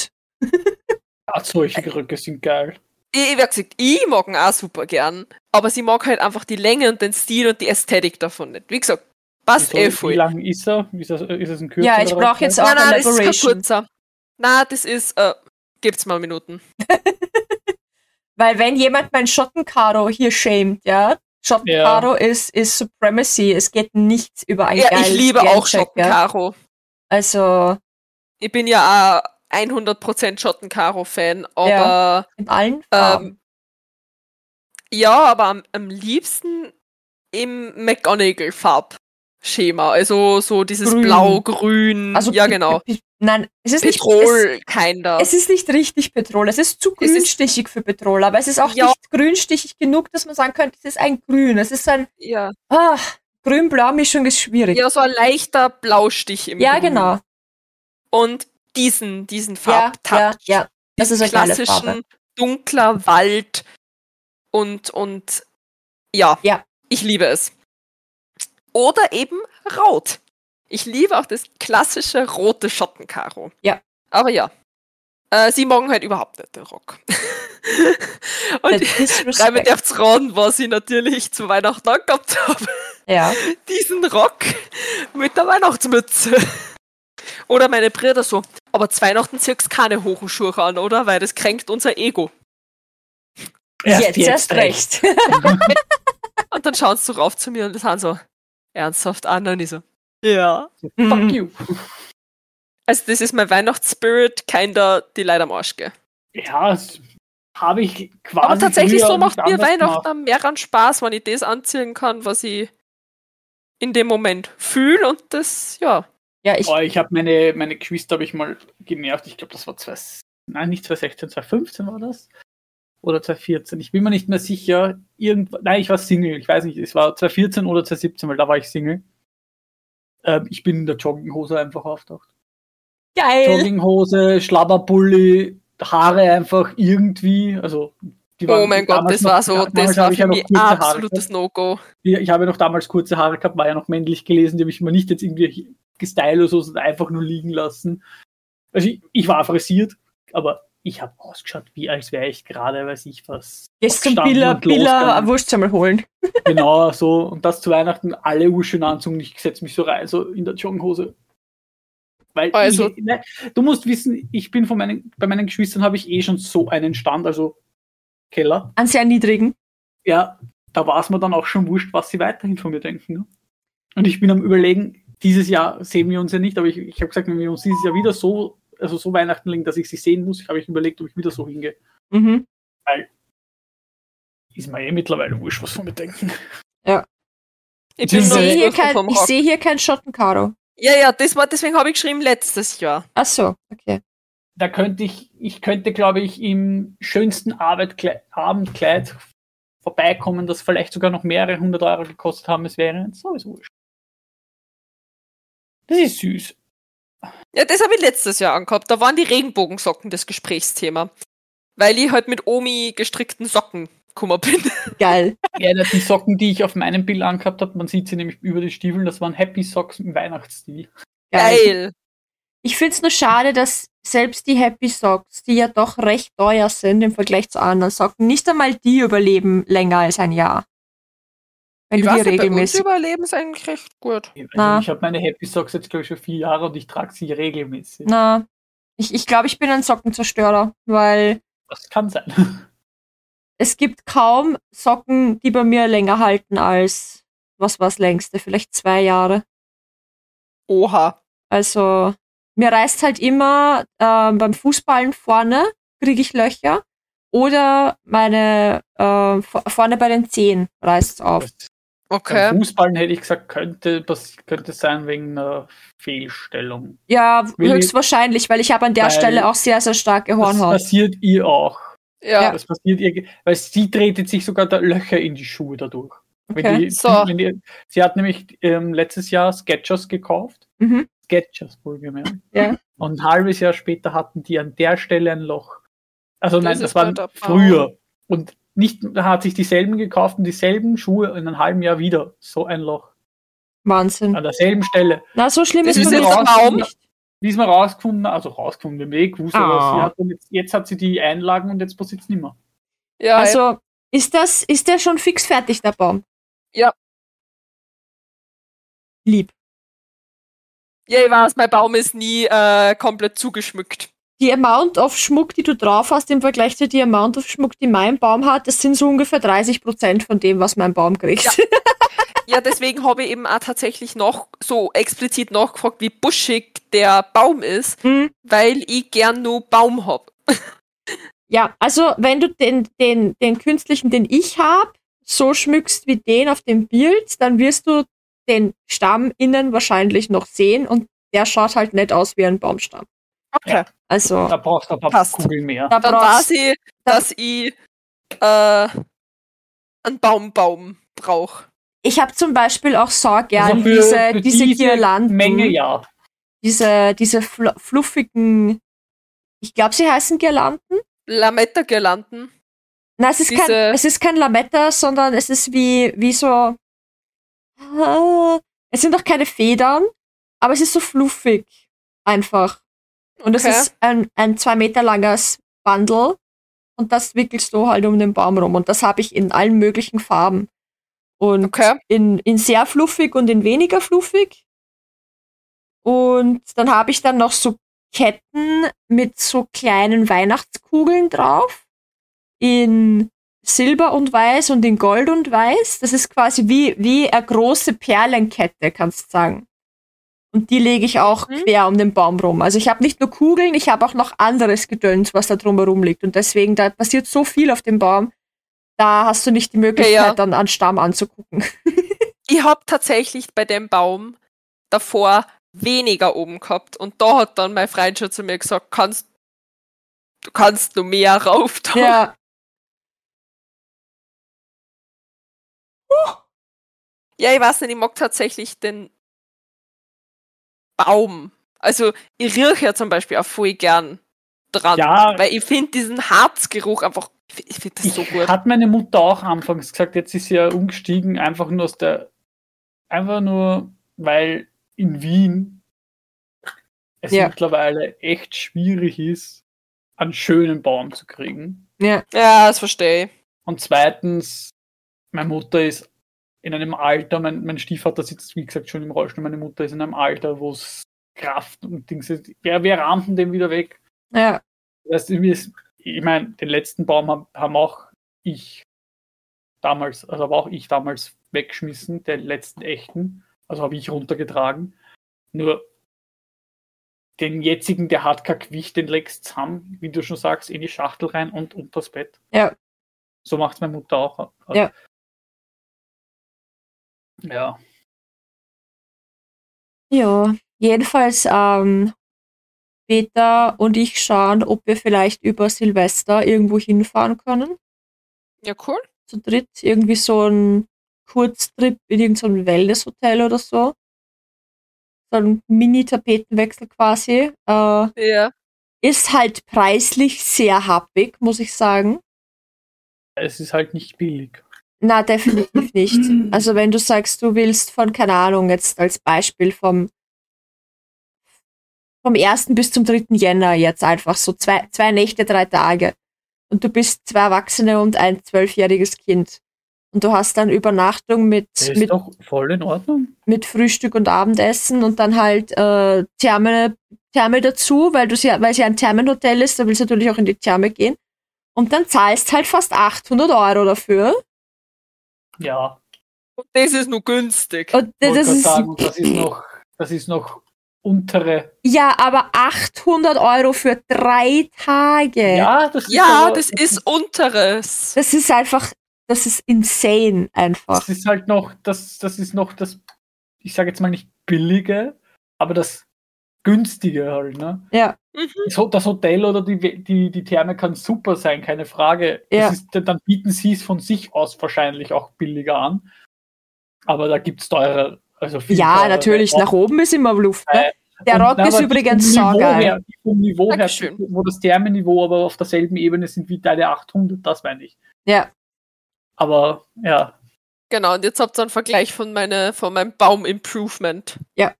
Ja, solche Röcke sind geil.
Ich, ich, wie gesagt, ich mag ihn auch super gern, aber sie mag halt einfach die Länge und den Stil und die Ästhetik davon nicht. Wie gesagt, passt
Wieso-
eh
Wie
voll.
lang ist er? Ist das, äh, ist das ein kürzer?
Ja, ich
oder
brauch
was?
jetzt auch-
Nein, nein, das ist kein
Collaboration.
kurzer. Nein, das ist, äh, gibt's mal Minuten.
Weil wenn jemand mein Schottenkaro hier schämt, ja, Schottenkaro ist, ist Supremacy. Es geht nichts über ein
Ja,
geiles
ich liebe auch
Sterncheck, ja.
Schottenkaro.
Also
ich bin ja auch 100% Schottenkaro-Fan, aber
in allen
ja,
Farben.
ähm, ja aber am, am liebsten im McGonagall-Farbschema. Also so dieses
Grün.
Blau-Grün.
also
ja,
Pe-
genau.
Pe- Nein, es ist nicht.
Petrol, kinder.
Es, es ist nicht richtig Petrol. Es ist zu
Es ist-
grünstichig für Petrol, aber es ist auch
Ja.
nicht grünstichig genug, dass man sagen könnte, es ist ein Grün. Es ist ein
ja.
ah, Grün-Blau-Mischung ist schwierig. Ja,
ja, so ein leichter Blaustich im Grün.
genau.
Und diesen, diesen
Ja, ja,
Farbtouch.
ja. Das ist eine geile Farbe.
klassischen dunkler Wald und und ja,
Ja.
ich liebe es. Oder eben rot. Ich liebe auch das klassische rote Schottenkaro.
Ja.
Aber ja. Äh, sie mögen halt überhaupt nicht den Rock.
Der
und damit
Disrespect.
dürft's raten, was ich natürlich zu Weihnachten angehabt habe.
Ja.
Diesen Rock mit der Weihnachtsmütze. Oder meine Brüder so. Aber zu Weihnachten ziehst du keine hohen Schuhe an, oder? Weil das kränkt unser Ego.
Jetzt, erst recht.
Und dann schauen sie so rauf zu mir und sind so ernsthaft an und ich so, ja.
Fuck you.
Also das ist mein Weihnachtsspirit, kinder die Leid am Arsch, gell.
Ja, das habe ich quasi.
Aber tatsächlich
früher
so macht
nicht
mir
anders
Weihnachten
gemacht.
am mehreren Spaß, wenn ich das anziehen kann, was ich in dem Moment fühle und das, ja.
Ja, ich,
Oh, ich habe meine, meine Geschwister habe ich mal genervt. Ich glaube, das war 2, nein, nicht 2016, 2015 war das. Oder 2014. Ich bin mir nicht mehr sicher. Irgend, nein, ich war Single. Ich weiß nicht, es war 2014 oder 2017, weil da war ich Single. Ähm, ich bin in der Jogginghose einfach auftaucht.
geil.
Jogginghose, Schlabberbully, Haare einfach irgendwie. Also, die
Oh mein Gott,
damals
das
noch-
war so,
damals habe
das war
ich
für
ja noch
mich
kurze Haare
absolutes No-Go.
Ja, ich habe noch damals kurze Haare gehabt, war ja noch männlich gelesen, die habe ich mir nicht jetzt irgendwie gestylt oder so, sondern einfach nur liegen lassen. Also ich, ich war frisiert, aber ich habe ausgeschaut, wie als wäre ich gerade, weiß ich was.
Gehst zum
aufgestanden
Billa,
und losgegangen.
Billa eine Wurstsemmel holen.
Genau, so. Und das zu Weihnachten, alle urschön anzogen, ich setze mich so rein, so in der Jogginghose. Weil
Also-
ich, ne, du musst wissen, ich bin von meinen, bei meinen Geschwistern habe ich eh schon so einen Stand, also Keller.
An sehr niedrigen.
Ja, da war es mir dann auch schon wurscht, was sie weiterhin von mir denken. Ne? Und ich bin am überlegen, dieses Jahr sehen wir uns ja nicht, aber ich, ich habe gesagt, wenn wir uns dieses Jahr wieder so, also so Weihnachten legen, dass ich sie sehen muss, habe ich überlegt, ob ich wieder so hingehe.
Mhm.
Ist mir eh mittlerweile wurscht, was von mir denken.
Ich
Ich
Ich
bin noch
sehe
nicht
hier,
durch
kein,
vom
ich
Rock.
sehe hier kein Schottenkaro.
Ja, ja, das war, deswegen habe ich geschrieben letztes Jahr.
Ach so, okay.
Da könnte ich, ich könnte, glaube ich, im schönsten Arbeitkle- Abendkleid vorbeikommen, das vielleicht sogar noch mehrere hundert Euro gekostet haben. Es wäre sowieso wurscht. Das ist süß.
Ja, das habe ich letztes Jahr angehabt. Da waren die Regenbogensocken das Gesprächsthema. Weil ich halt mit Omi gestrickten Socken gekommen bin.
Geil.
Ja, die Socken, die ich auf meinem Bild angehabt habe, man sieht sie nämlich über die Stiefeln, das waren Happy Socks im Weihnachtsstil.
Geil.
Ich finde es nur schade, dass selbst die Happy Socks, die ja doch recht teuer sind im Vergleich zu anderen Socken, nicht einmal die überleben länger als ein Jahr. Wenn
Ich
du die
weiß nicht, bei uns
regelmäßig.
überleben ist eigentlich recht gut.
Also
Na.
ich habe meine Happy Socks jetzt, glaube ich, schon vier Jahre und ich trage sie regelmäßig.
Na, ich, ich glaube, ich bin ein Sockenzerstörer, weil
Das kann sein.
es gibt kaum Socken, die bei mir länger halten als, was war das längste, vielleicht zwei Jahre.
Oha.
Also mir reißt halt immer ähm, beim Fußballen vorne, kriege ich Löcher. Oder meine äh, vor- vorne bei den Zehen reißt es auf.
Beim
Okay.
Fußballen hätte ich gesagt, könnte, das könnte sein wegen einer Fehlstellung.
Ja,
Willi-
höchstwahrscheinlich, weil ich habe an der
Weil-
Stelle auch sehr, sehr starke
Das
Hornhaut.
passiert ihr auch.
Ja.
Das passiert ihr, weil sie tretet sich sogar da Löcher in die Schuhe dadurch. Wenn
Okay.
die,
so.
wenn die, sie hat nämlich ähm, letztes Jahr Sketchers gekauft.
Mhm.
Sketchers, wohlgemerkt.
Ja.
Und ein halbes Jahr später hatten die an der Stelle ein Loch. Also
Das
nein,
ist
das
ja
war
der Bau.
früher. Und nicht, da hat sich dieselben gekauft und dieselben Schuhe in einem halben Jahr wieder. So ein Loch.
Wahnsinn.
An derselben Stelle.
Na, so schlimm
Das
ist
ist
bei
jetzt
mir
ein
Baum.
nicht.
Diesmal rausgefunden, also rausgefunden, wir haben eh gewusst,
Ah.
aber sie hat dann jetzt, jetzt hat sie die Einlagen und jetzt passiert es nicht mehr.
Ja, also,
Also ist das, ist der schon fix fertig, der Baum?
Ja.
Lieb.
ja, ich weiß, mein Baum ist nie äh, komplett zugeschmückt.
Die Amount of Schmuck, die du drauf hast, im Vergleich zu die Amount of Schmuck, die mein Baum hat, das sind so ungefähr 30 Prozent von dem, was mein Baum kriegt.
Ja, deswegen habe ich eben auch tatsächlich noch so explizit nachgefragt, wie buschig der Baum ist,
Mhm.
weil ich gern nur Baum hab.
Ja, also wenn du den, den, den künstlichen, den ich hab, so schmückst wie den auf dem Bild, dann wirst du den Stamm innen wahrscheinlich noch sehen und der schaut halt nicht aus wie ein Baumstamm.
Okay.
Also
Da brauchst du ein paar
Passt.
Kugeln mehr.
da
Dann weiß
brauchst
ich, dass ich äh, einen Baumbaum brauche.
ich habe zum Beispiel auch so gern
Also für-
diese,
für diese
diese,
Mhm.
Girlanden,
Menge ja.
diese, diese fl fluffigen, ich glaube, sie heißen Girlanden.
Lametta-Girlanden.
Nein, es ist, kein,
Diese-
es ist kein Lametta, sondern es ist wie, wie so. Ah, Es sind auch keine Federn, aber es ist so fluffig. Einfach. Und es
Okay.
ist ein, ein zwei Meter langes Bundle. Und das wickelst du halt um den Baum rum. Und das habe ich in allen möglichen Farben. Und
Okay.
in, in sehr fluffig und in weniger fluffig. Und dann habe ich dann noch so Ketten mit so kleinen Weihnachtskugeln drauf. In Silber und Weiß und in Gold und Weiß. Das ist quasi wie, wie eine große Perlenkette, kannst sagen. Und die lege ich auch
Mhm.
quer um den Baum rum. Also ich habe nicht nur Kugeln, ich habe auch noch anderes Gedöns, was da drumherum liegt. Und deswegen, da passiert so viel auf dem Baum, da hast du nicht die Möglichkeit,
ja.
dann an Stamm anzugucken.
Ich hab tatsächlich bei dem Baum davor weniger oben gehabt. Und da hat dann mein Freund schon zu mir gesagt, kannst, du kannst nur mehr rauf tun.
Ja,
Ja, ich weiß nicht, ich mag tatsächlich den Baum. Also, ich rieche ja zum Beispiel auch voll gern dran.
Ja.
Weil ich finde diesen Harzgeruch einfach, ich finde das so gut.
Hat meine Mutter auch anfangs gesagt, jetzt ist sie ja umgestiegen, einfach nur aus der, einfach nur, weil in Wien es
Ja.
mittlerweile echt schwierig ist, einen schönen Baum zu kriegen.
ja,
Ja, das verstehe ich.
Und zweitens, meine Mutter ist in einem Alter, mein, mein Stiefvater sitzt wie gesagt schon im Rollstuhl, meine Mutter ist in einem Alter, wo es Kraft und Dings. Wer, wer rammt denn den wieder weg?
Ja.
Das ist, ich meine, den letzten Baum haben, haben auch ich damals, also aber auch ich damals weggeschmissen, den letzten echten. Also habe ich runtergetragen. Nur den jetzigen, der hat kein Gewicht, den legst zusammen, wie du schon sagst, in die Schachtel rein und unters Bett.
Ja.
So macht's meine Mutter auch. Also
Ja.
Ja.
Ja, jedenfalls, ähm, Peter und ich schauen, ob wir vielleicht über Silvester irgendwo hinfahren können.
Ja, cool.
Zu dritt. Irgendwie so ein Kurztrip in irgendein Wellnesshotel oder so. So ein Mini-Tapetenwechsel quasi. Äh,
Ja.
ist halt preislich sehr happig, muss ich sagen.
Es ist halt nicht billig.
Na, definitiv nicht. Also wenn du sagst, du willst von, keine Ahnung, jetzt als Beispiel vom, vom 1. bis zum 3. Jänner jetzt einfach so zwei, zwei Nächte, drei Tage. Und du bist zwei Erwachsene und ein zwölfjähriges Kind. Und du hast dann Übernachtung mit,
Das ist
mit,
doch voll in Ordnung.
mit Frühstück und Abendessen und dann halt äh, Therme, Therme dazu, weil du sie, weil sie ein Thermenhotel ist, da willst du natürlich auch in die Therme gehen. Und dann zahlst halt fast 800 Euro dafür.
Ja.
Und das ist nur günstig.
Und das,
Wollte grad
ist,
sagen, das ist noch, das ist noch untere.
ja, aber 800 Euro für drei Tage.
Ja, das ist,
Ja,
aber-
das ist unteres.
Das ist einfach, das ist insane einfach.
das ist halt noch, das, das ist noch das, ich sage jetzt mal nicht billige, aber das günstige halt, ne?
Ja,
Das Ho- das Hotel oder die, die, die Therme kann super sein, keine Frage.
Ja.
Das ist, dann bieten sie es von sich aus wahrscheinlich auch billiger an. Aber da gibt es teure. Also viel
ja
teurere
natürlich,
Orte.
nach oben ist immer Luft. Ne? Der
Äh, Und-
Rock
na,
ist
aber
übrigens
vom Niveau
saugeil.
her- Vom Niveau her,
Dankeschön.
wo das Thermenniveau aber auf derselben Ebene sind wie deine 800, das meine ich.
Ja,
Aber ja,
Genau, und jetzt habt ihr einen Vergleich von, meine, von meinem Baum-Improvement.
Ja.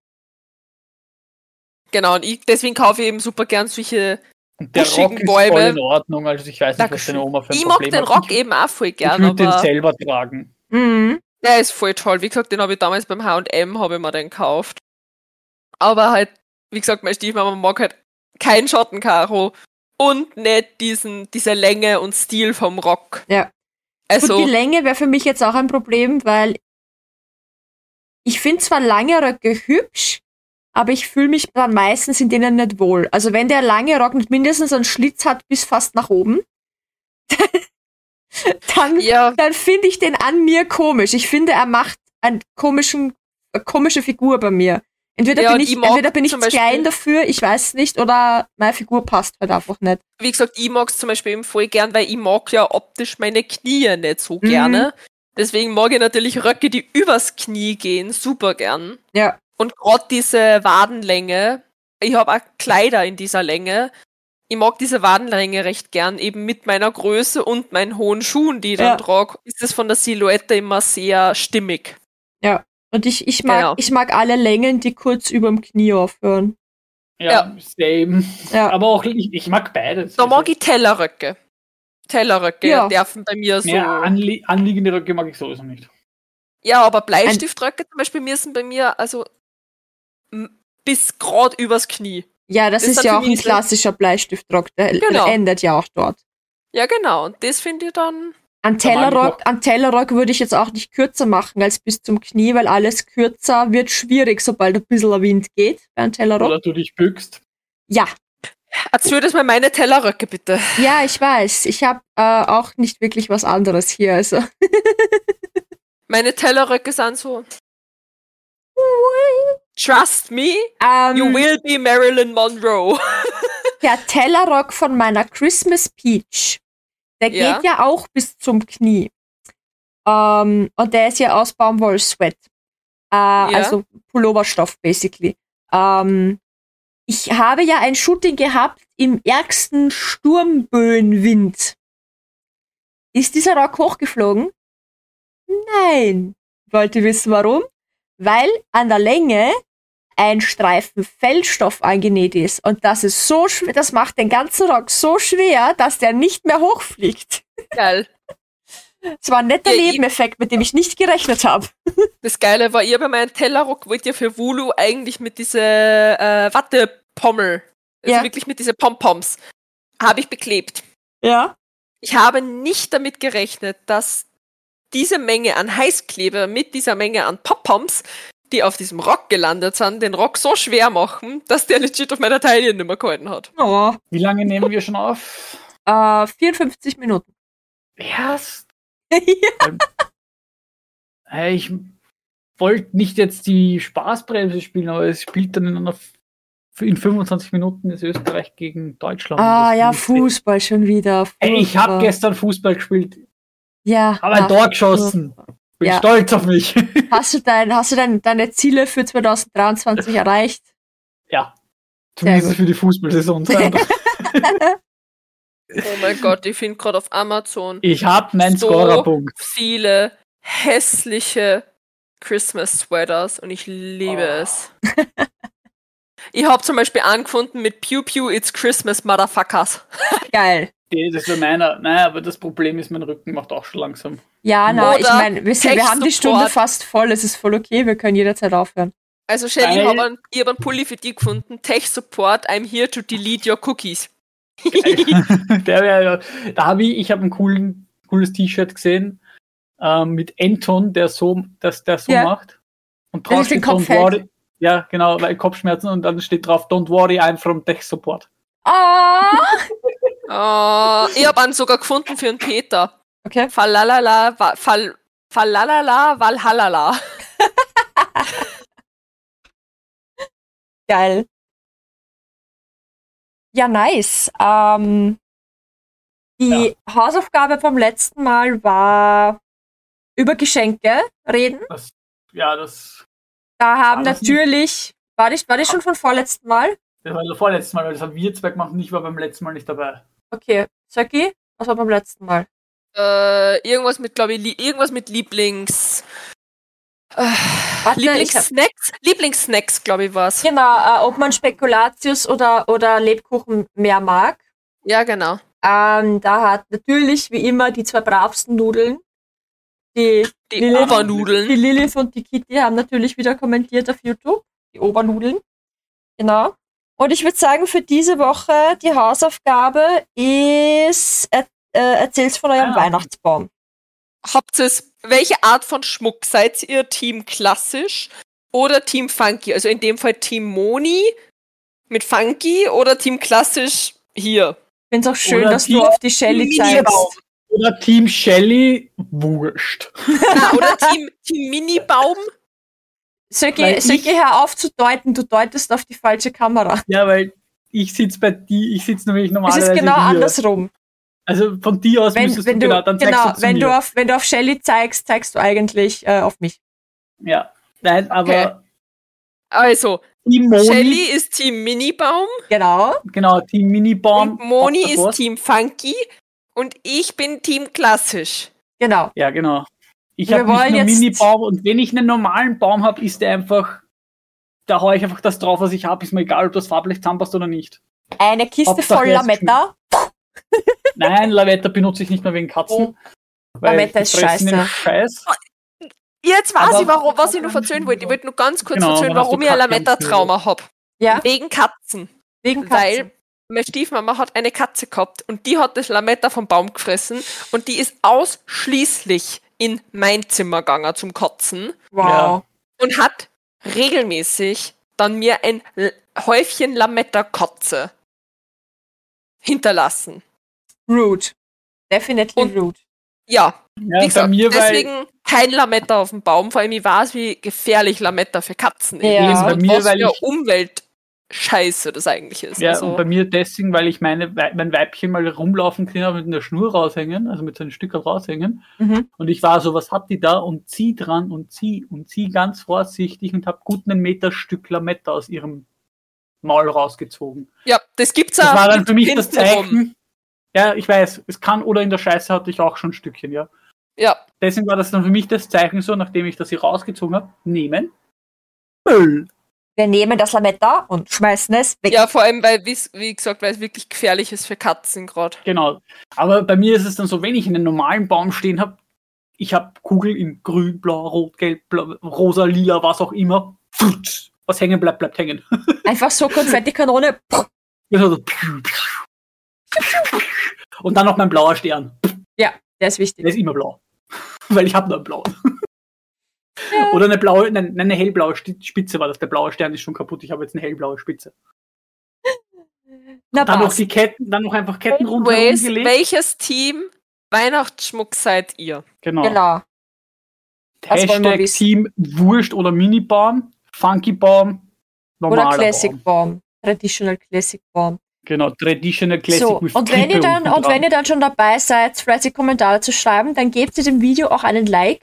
Genau, und ich, deswegen kaufe ich eben super gern solche.
und der
Buschigen
Rock ist
Bäume.
voll in Ordnung. Also ich weiß nicht, was
Dankeschön.
deine Oma für ein
ich mag
Problem
den
hat.
Rock
ich,
eben auch voll
ich
gern,
würde den
aber
selber tragen.
mhm.
der ist voll toll. Wie gesagt, den habe ich damals beim HM habe ich mir den gekauft. Aber halt, wie gesagt, meine Stiefmama mag halt kein Schottenkaro und nicht diesen, diese Länge und Stil vom Rock.
Ja.
Also,
Gut, die Länge wäre für mich jetzt auch ein Problem, weil ich finde zwar lange Röcke hübsch, aber ich fühle mich dann meistens in denen nicht wohl. Also wenn der lange Rock nicht mindestens einen Schlitz hat bis fast nach oben, dann
ja,
dann finde ich den an mir komisch. Ich finde, er macht einen komischen, eine komische Figur bei mir. Entweder
Ja,
bin
und
ich,
ich mag
entweder bin ich zu
zum Beispiel-
klein dafür, ich weiß nicht, oder meine Figur passt halt einfach nicht.
wie gesagt, ich mag's zum Beispiel eben voll gern, weil ich mag ja optisch meine Knie nicht so
Mhm.
gerne. Deswegen mag ich natürlich Röcke, die übers Knie gehen, super gern.
Ja.
Und gerade diese Wadenlänge, ich habe auch Kleider in dieser Länge. Ich mag diese Wadenlänge recht gern, eben mit meiner Größe und meinen hohen Schuhen, die ich
Ja.
dann trage, ist es von der Silhouette immer sehr stimmig.
Und ich, ich, mag,
Genau.
ich mag alle Längen, die kurz über dem Knie aufhören.
Ja, same.
Ja.
Aber auch ich, ich mag beides.
Da
Also-
mag ich Tellerröcke. Tellerröcke
Ja.
dürfen bei mir so.
Ja, anlie anliegende Röcke mag ich sowieso nicht.
Ja, aber Bleistiftröcke zum Beispiel müssen bei mir also m- bis grad übers Knie.
Ja, das,
Das
ist
hat
ja
für
auch
mich
ein
so-
klassischer Bleistiftrock, der
Genau.
endet ja auch dort.
Ja, genau. Und das finde ich dann.
An
Da mag ich
Tellerrock, an Tellerrock würde ich jetzt auch nicht kürzer machen als bis zum Knie, weil alles kürzer wird schwierig, sobald ein bisschen Wind geht bei einem Tellerrock.
Oder du dich bückst.
Ja,
Erzähl das mal meine Tellerröcke bitte.
Ja, ich weiß. Ich habe äh, auch nicht wirklich was anderes hier. Also.
Meine Tellerröcke sind so. Trust me, you
Ähm,
will be Marilyn Monroe.
der Tellerrock von meiner Christmas Peach, der
Ja.
geht ja auch bis zum Knie. Ähm, und der ist ja aus Baumwollsweat. Äh, Also Pulloverstoff, basically. Ähm, ich habe ja ein Shooting gehabt im ärgsten Sturmböenwind. Ist dieser Rock hochgeflogen? Nein. Wollt ihr wissen warum? Weil an der Länge ein Streifen Fellstoff angenäht ist. Und das ist so schwer, das macht den ganzen Rock so schwer, dass der nicht mehr hochfliegt.
Geil.
Es war ein netter
Ja, ich-
Nebeneffekt, mit dem ich nicht gerechnet habe.
Das Geile war, ihr bei meinem Tellerrock wollt ihr für Wulu eigentlich mit diese äh, Wattepommel, also
Ja.
wirklich mit diese Pompoms, habe ich beklebt.
Ja.
Ich habe nicht damit gerechnet, dass diese Menge an Heißkleber mit dieser Menge an Pompoms, die auf diesem Rock gelandet sind, den Rock so schwer machen, dass der legit auf meiner Teilchennummer gehalten hat.
Oh.
Wie lange nehmen wir schon auf?
Äh, 54 Minuten.
Erst.
ja.
Äh, Ich wollte nicht jetzt die Spaßbremse spielen, aber es spielt dann in, einer, F- in 25 Minuten ist Österreich gegen Deutschland.
Ah
Das
ja,
ist-
Fußball schon wieder.
Ey, ich habe
Fußball.
gestern Fußball gespielt,
Ja.
habe ein
ah,
Tor geschossen. Bin
Ja.
stolz auf mich.
Hast du, dein, hast du dein, deine Ziele für 2023 erreicht?
ja.
Sehr
Zumindest für die Fußballsaison.
Oh mein Gott, ich finde gerade auf Amazon
Ich habe meinen
So.
Scorerpunkt.
viele hässliche Christmas Sweaters und ich liebe
Oh.
es. Ich habe zum Beispiel angefunden mit Pew Pew It's Christmas Motherfuckers.
Geil.
Nee, Das wäre meiner. Nein, aber das Problem ist, mein Rücken macht auch schon langsam.
Ja, na, ich
Oder
meine, wir, sind- wir haben die Stunde
Tech-Support.
fast voll. Es ist voll okay, wir können jederzeit aufhören.
Also Shelly, ich
Weil-
habe einen, ich hab einen Pulli für dich gefunden. Tech Support, I'm here to delete your cookies.
Der wär, ja- da habe ich, ich habe ein coolen, cooles T-Shirt gesehen ähm, mit Anton, der so, das der so
Ja.
macht. Und
Der
drauf
sich den
steht
Kopf
Don't
hält.
worry. Ja, genau, weil Kopfschmerzen und dann steht drauf Don't worry, I'm from Tech Support.
Ah!
Ah, ich habe einen sogar gefunden für einen Peter.
Okay.
Falalala, wa- fal, falalala, walhalala.
Geil. Ja, nice. Ähm, die Hausaufgabe vom letzten Mal war über Geschenke reden.
Das, ja, das,
Da haben
War das
natürlich. War das, war das schon von vorletzten Mal?
das war das vorletzte Mal, weil das haben wir zwei gemacht und ich war beim letzten Mal nicht dabei.
Okay. Söcki, was war beim letzten Mal?
Äh, irgendwas mit, glaube ich, li irgendwas mit Lieblings. Äh,
Warte, ich
Lieblingssnacks? Lieblingssnacks, glaube ich, war's. Ja.
Genau, äh, ob man Spekulatius oder, oder Lebkuchen mehr mag.
genau.
Ähm, da hat natürlich wie immer die zwei bravsten Nudeln. Die,
Die
Lilith- die
Obernudeln.
Lilith und die Kitty haben natürlich wieder kommentiert auf YouTube. Die Obernudeln. Genau. Und ich würde sagen, für diese Woche die Hausaufgabe ist, er, äh, erzähl's von eurem
Ah.
Weihnachtsbaum.
Habt es, welche Art von Schmuck? Seid ihr Team klassisch oder Team funky? Also in dem Fall Team Moni mit funky oder Team klassisch hier?
Ich finde es auch schön,
Oder
dass
die-
du auf die Shelly
die
zeigst.
Mini-Baum.
Oder Team Shelly, wurscht.
Na, oder Team, Team Mini-Baum?
Söcki,
Weil
Söcki,
ich-
hör auf zu deuten, du deutest auf die falsche Kamera.
Ja, weil ich sitze bei dir, ich sitze nämlich
Es
normalerweise
ist genau
hier.
andersrum.
Also von dir aus
Wenn,
müsstest
wenn
du,
du,
genau, dann
genau,
zeigst du zu
wenn,
mir.
du auf, wenn du auf Shelly zeigst, zeigst du eigentlich äh, auf mich.
Ja, nein, aber
Also,
Team Moni,
Shelly ist Team Mini-Baum.
Genau.
genau, Team Mini-Baum.
Und Moni
Hauptsache
ist
was.
Team Funky und ich bin Team Klassisch.
Genau.
Ja, genau. Ich
Wir
habe nicht
wollen
nur
jetzt-
Mini-Baum und wenn ich einen normalen Baum habe, ist der einfach, da haue ich einfach das drauf, was ich habe. Ist mir egal, ob das farblich zusammenpasst oder nicht.
Eine Kiste
Hauptsache,
voll
er ist
Lametta.
Nein, Lavetta benutze ich nicht mehr wegen Katzen. weil
Lametta
die
ist
fressen den
scheiße.
Scheiß.
Jetzt weiß
Aber-
ich, warum, was ich noch erzählen wollte. Ich wollte nur ganz kurz
Genau,
erzählen,
wann hast
warum
du
ich ein
Katzen
Lametta-Trauma habe.
Ja,
Wegen Katzen.
wegen
Weil
Katzen.
meine Stiefmama hat eine Katze gehabt und die hat das Lametta vom Baum gefressen und die ist ausschließlich in mein Zimmer gegangen zum Kotzen
Wow.
und hat regelmäßig dann mir ein L Häufchen Lametta-Kotze hinterlassen.
Rude. Definitely
Und-
rude.
Ja,
Ja,
Wie
bei
gesagt,
mir, weil,
deswegen kein Lametta auf dem Baum. Vor allem, ich weiß, wie gefährlich Lametta für Katzen
Ja.
ist.
Eben, eh, bei
und
mir,
was
weil
für
ich-
Umweltscheiße das eigentlich ist.
ja, und
also,
bei mir deswegen, weil ich meine, Wei- mein Weibchen mal rumlaufen kann und mit einer Schnur raushängen, also mit so einem Stück raushängen.
Mhm.
Und ich war so, was hat die da? Und zieh dran und zieh und zieh ganz vorsichtig und hab gut einen Meter Stück Lametta aus ihrem Maul rausgezogen.
ja, das gibt's
Das
auch
war dann für mich
hinten
das Zeichen.
rum.
Ja, ich weiß, es kann oder in der Scheiße hatte ich auch schon ein Stückchen, ja.
Ja,
Deswegen war das dann für mich das Zeichen so, nachdem ich das hier rausgezogen hab nehmen. Müll.
Wir nehmen das Lametta und schmeißen es weg.
ja, vor allem, weil, wie's- wie gesagt, weil es wirklich gefährlich ist für Katzen gerade.
Genau. Aber bei mir ist es dann so, wenn ich einen normalen Baum stehen hab Ich habe Kugel in grün, blau, rot, gelb, blau, rosa, lila, was auch immer. Futsch. Was hängen bleibt, bleibt hängen.
Einfach so Konfettikanone. Puh.
Also, piu, piu. Und dann noch mein blauer Stern.
Der ist
Der
wichtig.
ist immer blau. Weil ich habe nur einen blauen.
Ja.
Oder eine blaue, nein, nein, eine hellblaue Sti- Spitze war das. Der blaue Stern ist schon kaputt. Ich habe jetzt eine hellblaue Spitze.
Na,
Dann noch
passt.
die Ketten, dann noch einfach Ketten rundherum
Anyways,
gelegt.
welches Team Weihnachtsschmuck seid ihr?
Genau.
Genau. Das wollen wir
Hashtag
wissen.
Team Wurst oder Minibaum, Funky Baum, normaler
Oder Classic
Baum.
Bomb. Traditional Classic Bomb.
Genau, Traditional Classic
So,
with
und wenn
Triple
ihr dann,
unten
und wenn
dran.
ihr dann schon dabei seid, fleißig Kommentare zu schreiben, dann gebt ihr dem Video auch einen Like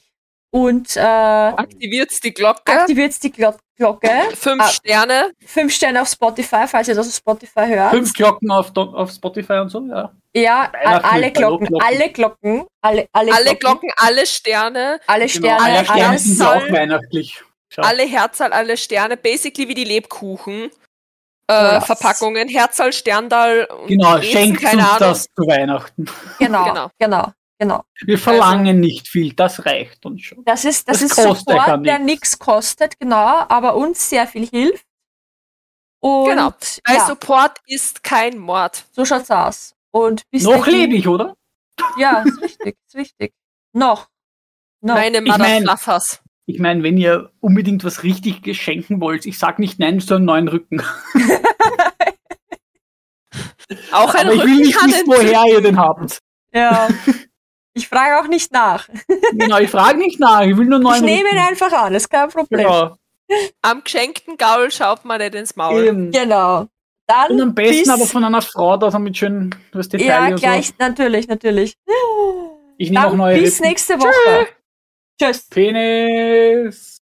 und äh,
Aktiviert die Glocke.
aktiviert die Glo Glocke.
Fünf
Ah.
Sterne.
Fünf Sterne auf Spotify, falls ihr das auf Spotify hört.
Fünf Glocken auf, Do- auf Spotify und so, ja. Genau.
Ja,
Weihnachten
an alle
mit Hallo
Glocken,
Glocken.
alle Glocken, alle, alle,
Alle Glocken, alle Sterne,
alle Sterne,
Genau, alle Sterne
alles
sind Ah, ja
soll-
auch weihnachtlich. Schau.
alle Herzal, alle Sterne. Basically wie die Lebkuchen. Äh,
Ja.
Verpackungen, Herzal, Sterndal und
genau,
Brezen,
schenkt uns
keine Ahnung.
das zu Weihnachten.
genau, genau,
Genau.
genau,
Wir verlangen nicht viel, das reicht uns schon.
Das ist, das,
Das
ist
kostet
Support,
ja
der nichts kostet, genau, aber uns sehr viel hilft. Und
Genau. Weil
ja,
Support ist kein Mord.
so schaut's aus. Und bis
Noch
dahin-
lebe ich, oder?
Ja, ist richtig, ist richtig. Noch. Noch.
Meine
mein-
Motherfluffers.
Ich meine, wenn ihr unbedingt was richtig geschenken wollt, ich sag nicht nein zu einem neuen Rücken.
Auch ein
Aber ich will nicht
Rücken
wissen, woher ihr den habt.
Ja. Ich frage auch nicht nach.
Genau, ich frage nicht nach, ich will nur einen neuen
Ich nehme ihn
Rücken.
einfach an, ist kein Problem.
Genau.
Am geschenkten Gaul schaut man nicht ins Maul.
Eben.
Genau. Dann
Und am besten
bis,
aber von einer Frau, da so mit schön was Detail
Ja,
und
gleich,
so.
natürlich, natürlich.
Ich nehme auch neue
bis
Rippen.
nächste Woche. Tschüss.
Penis.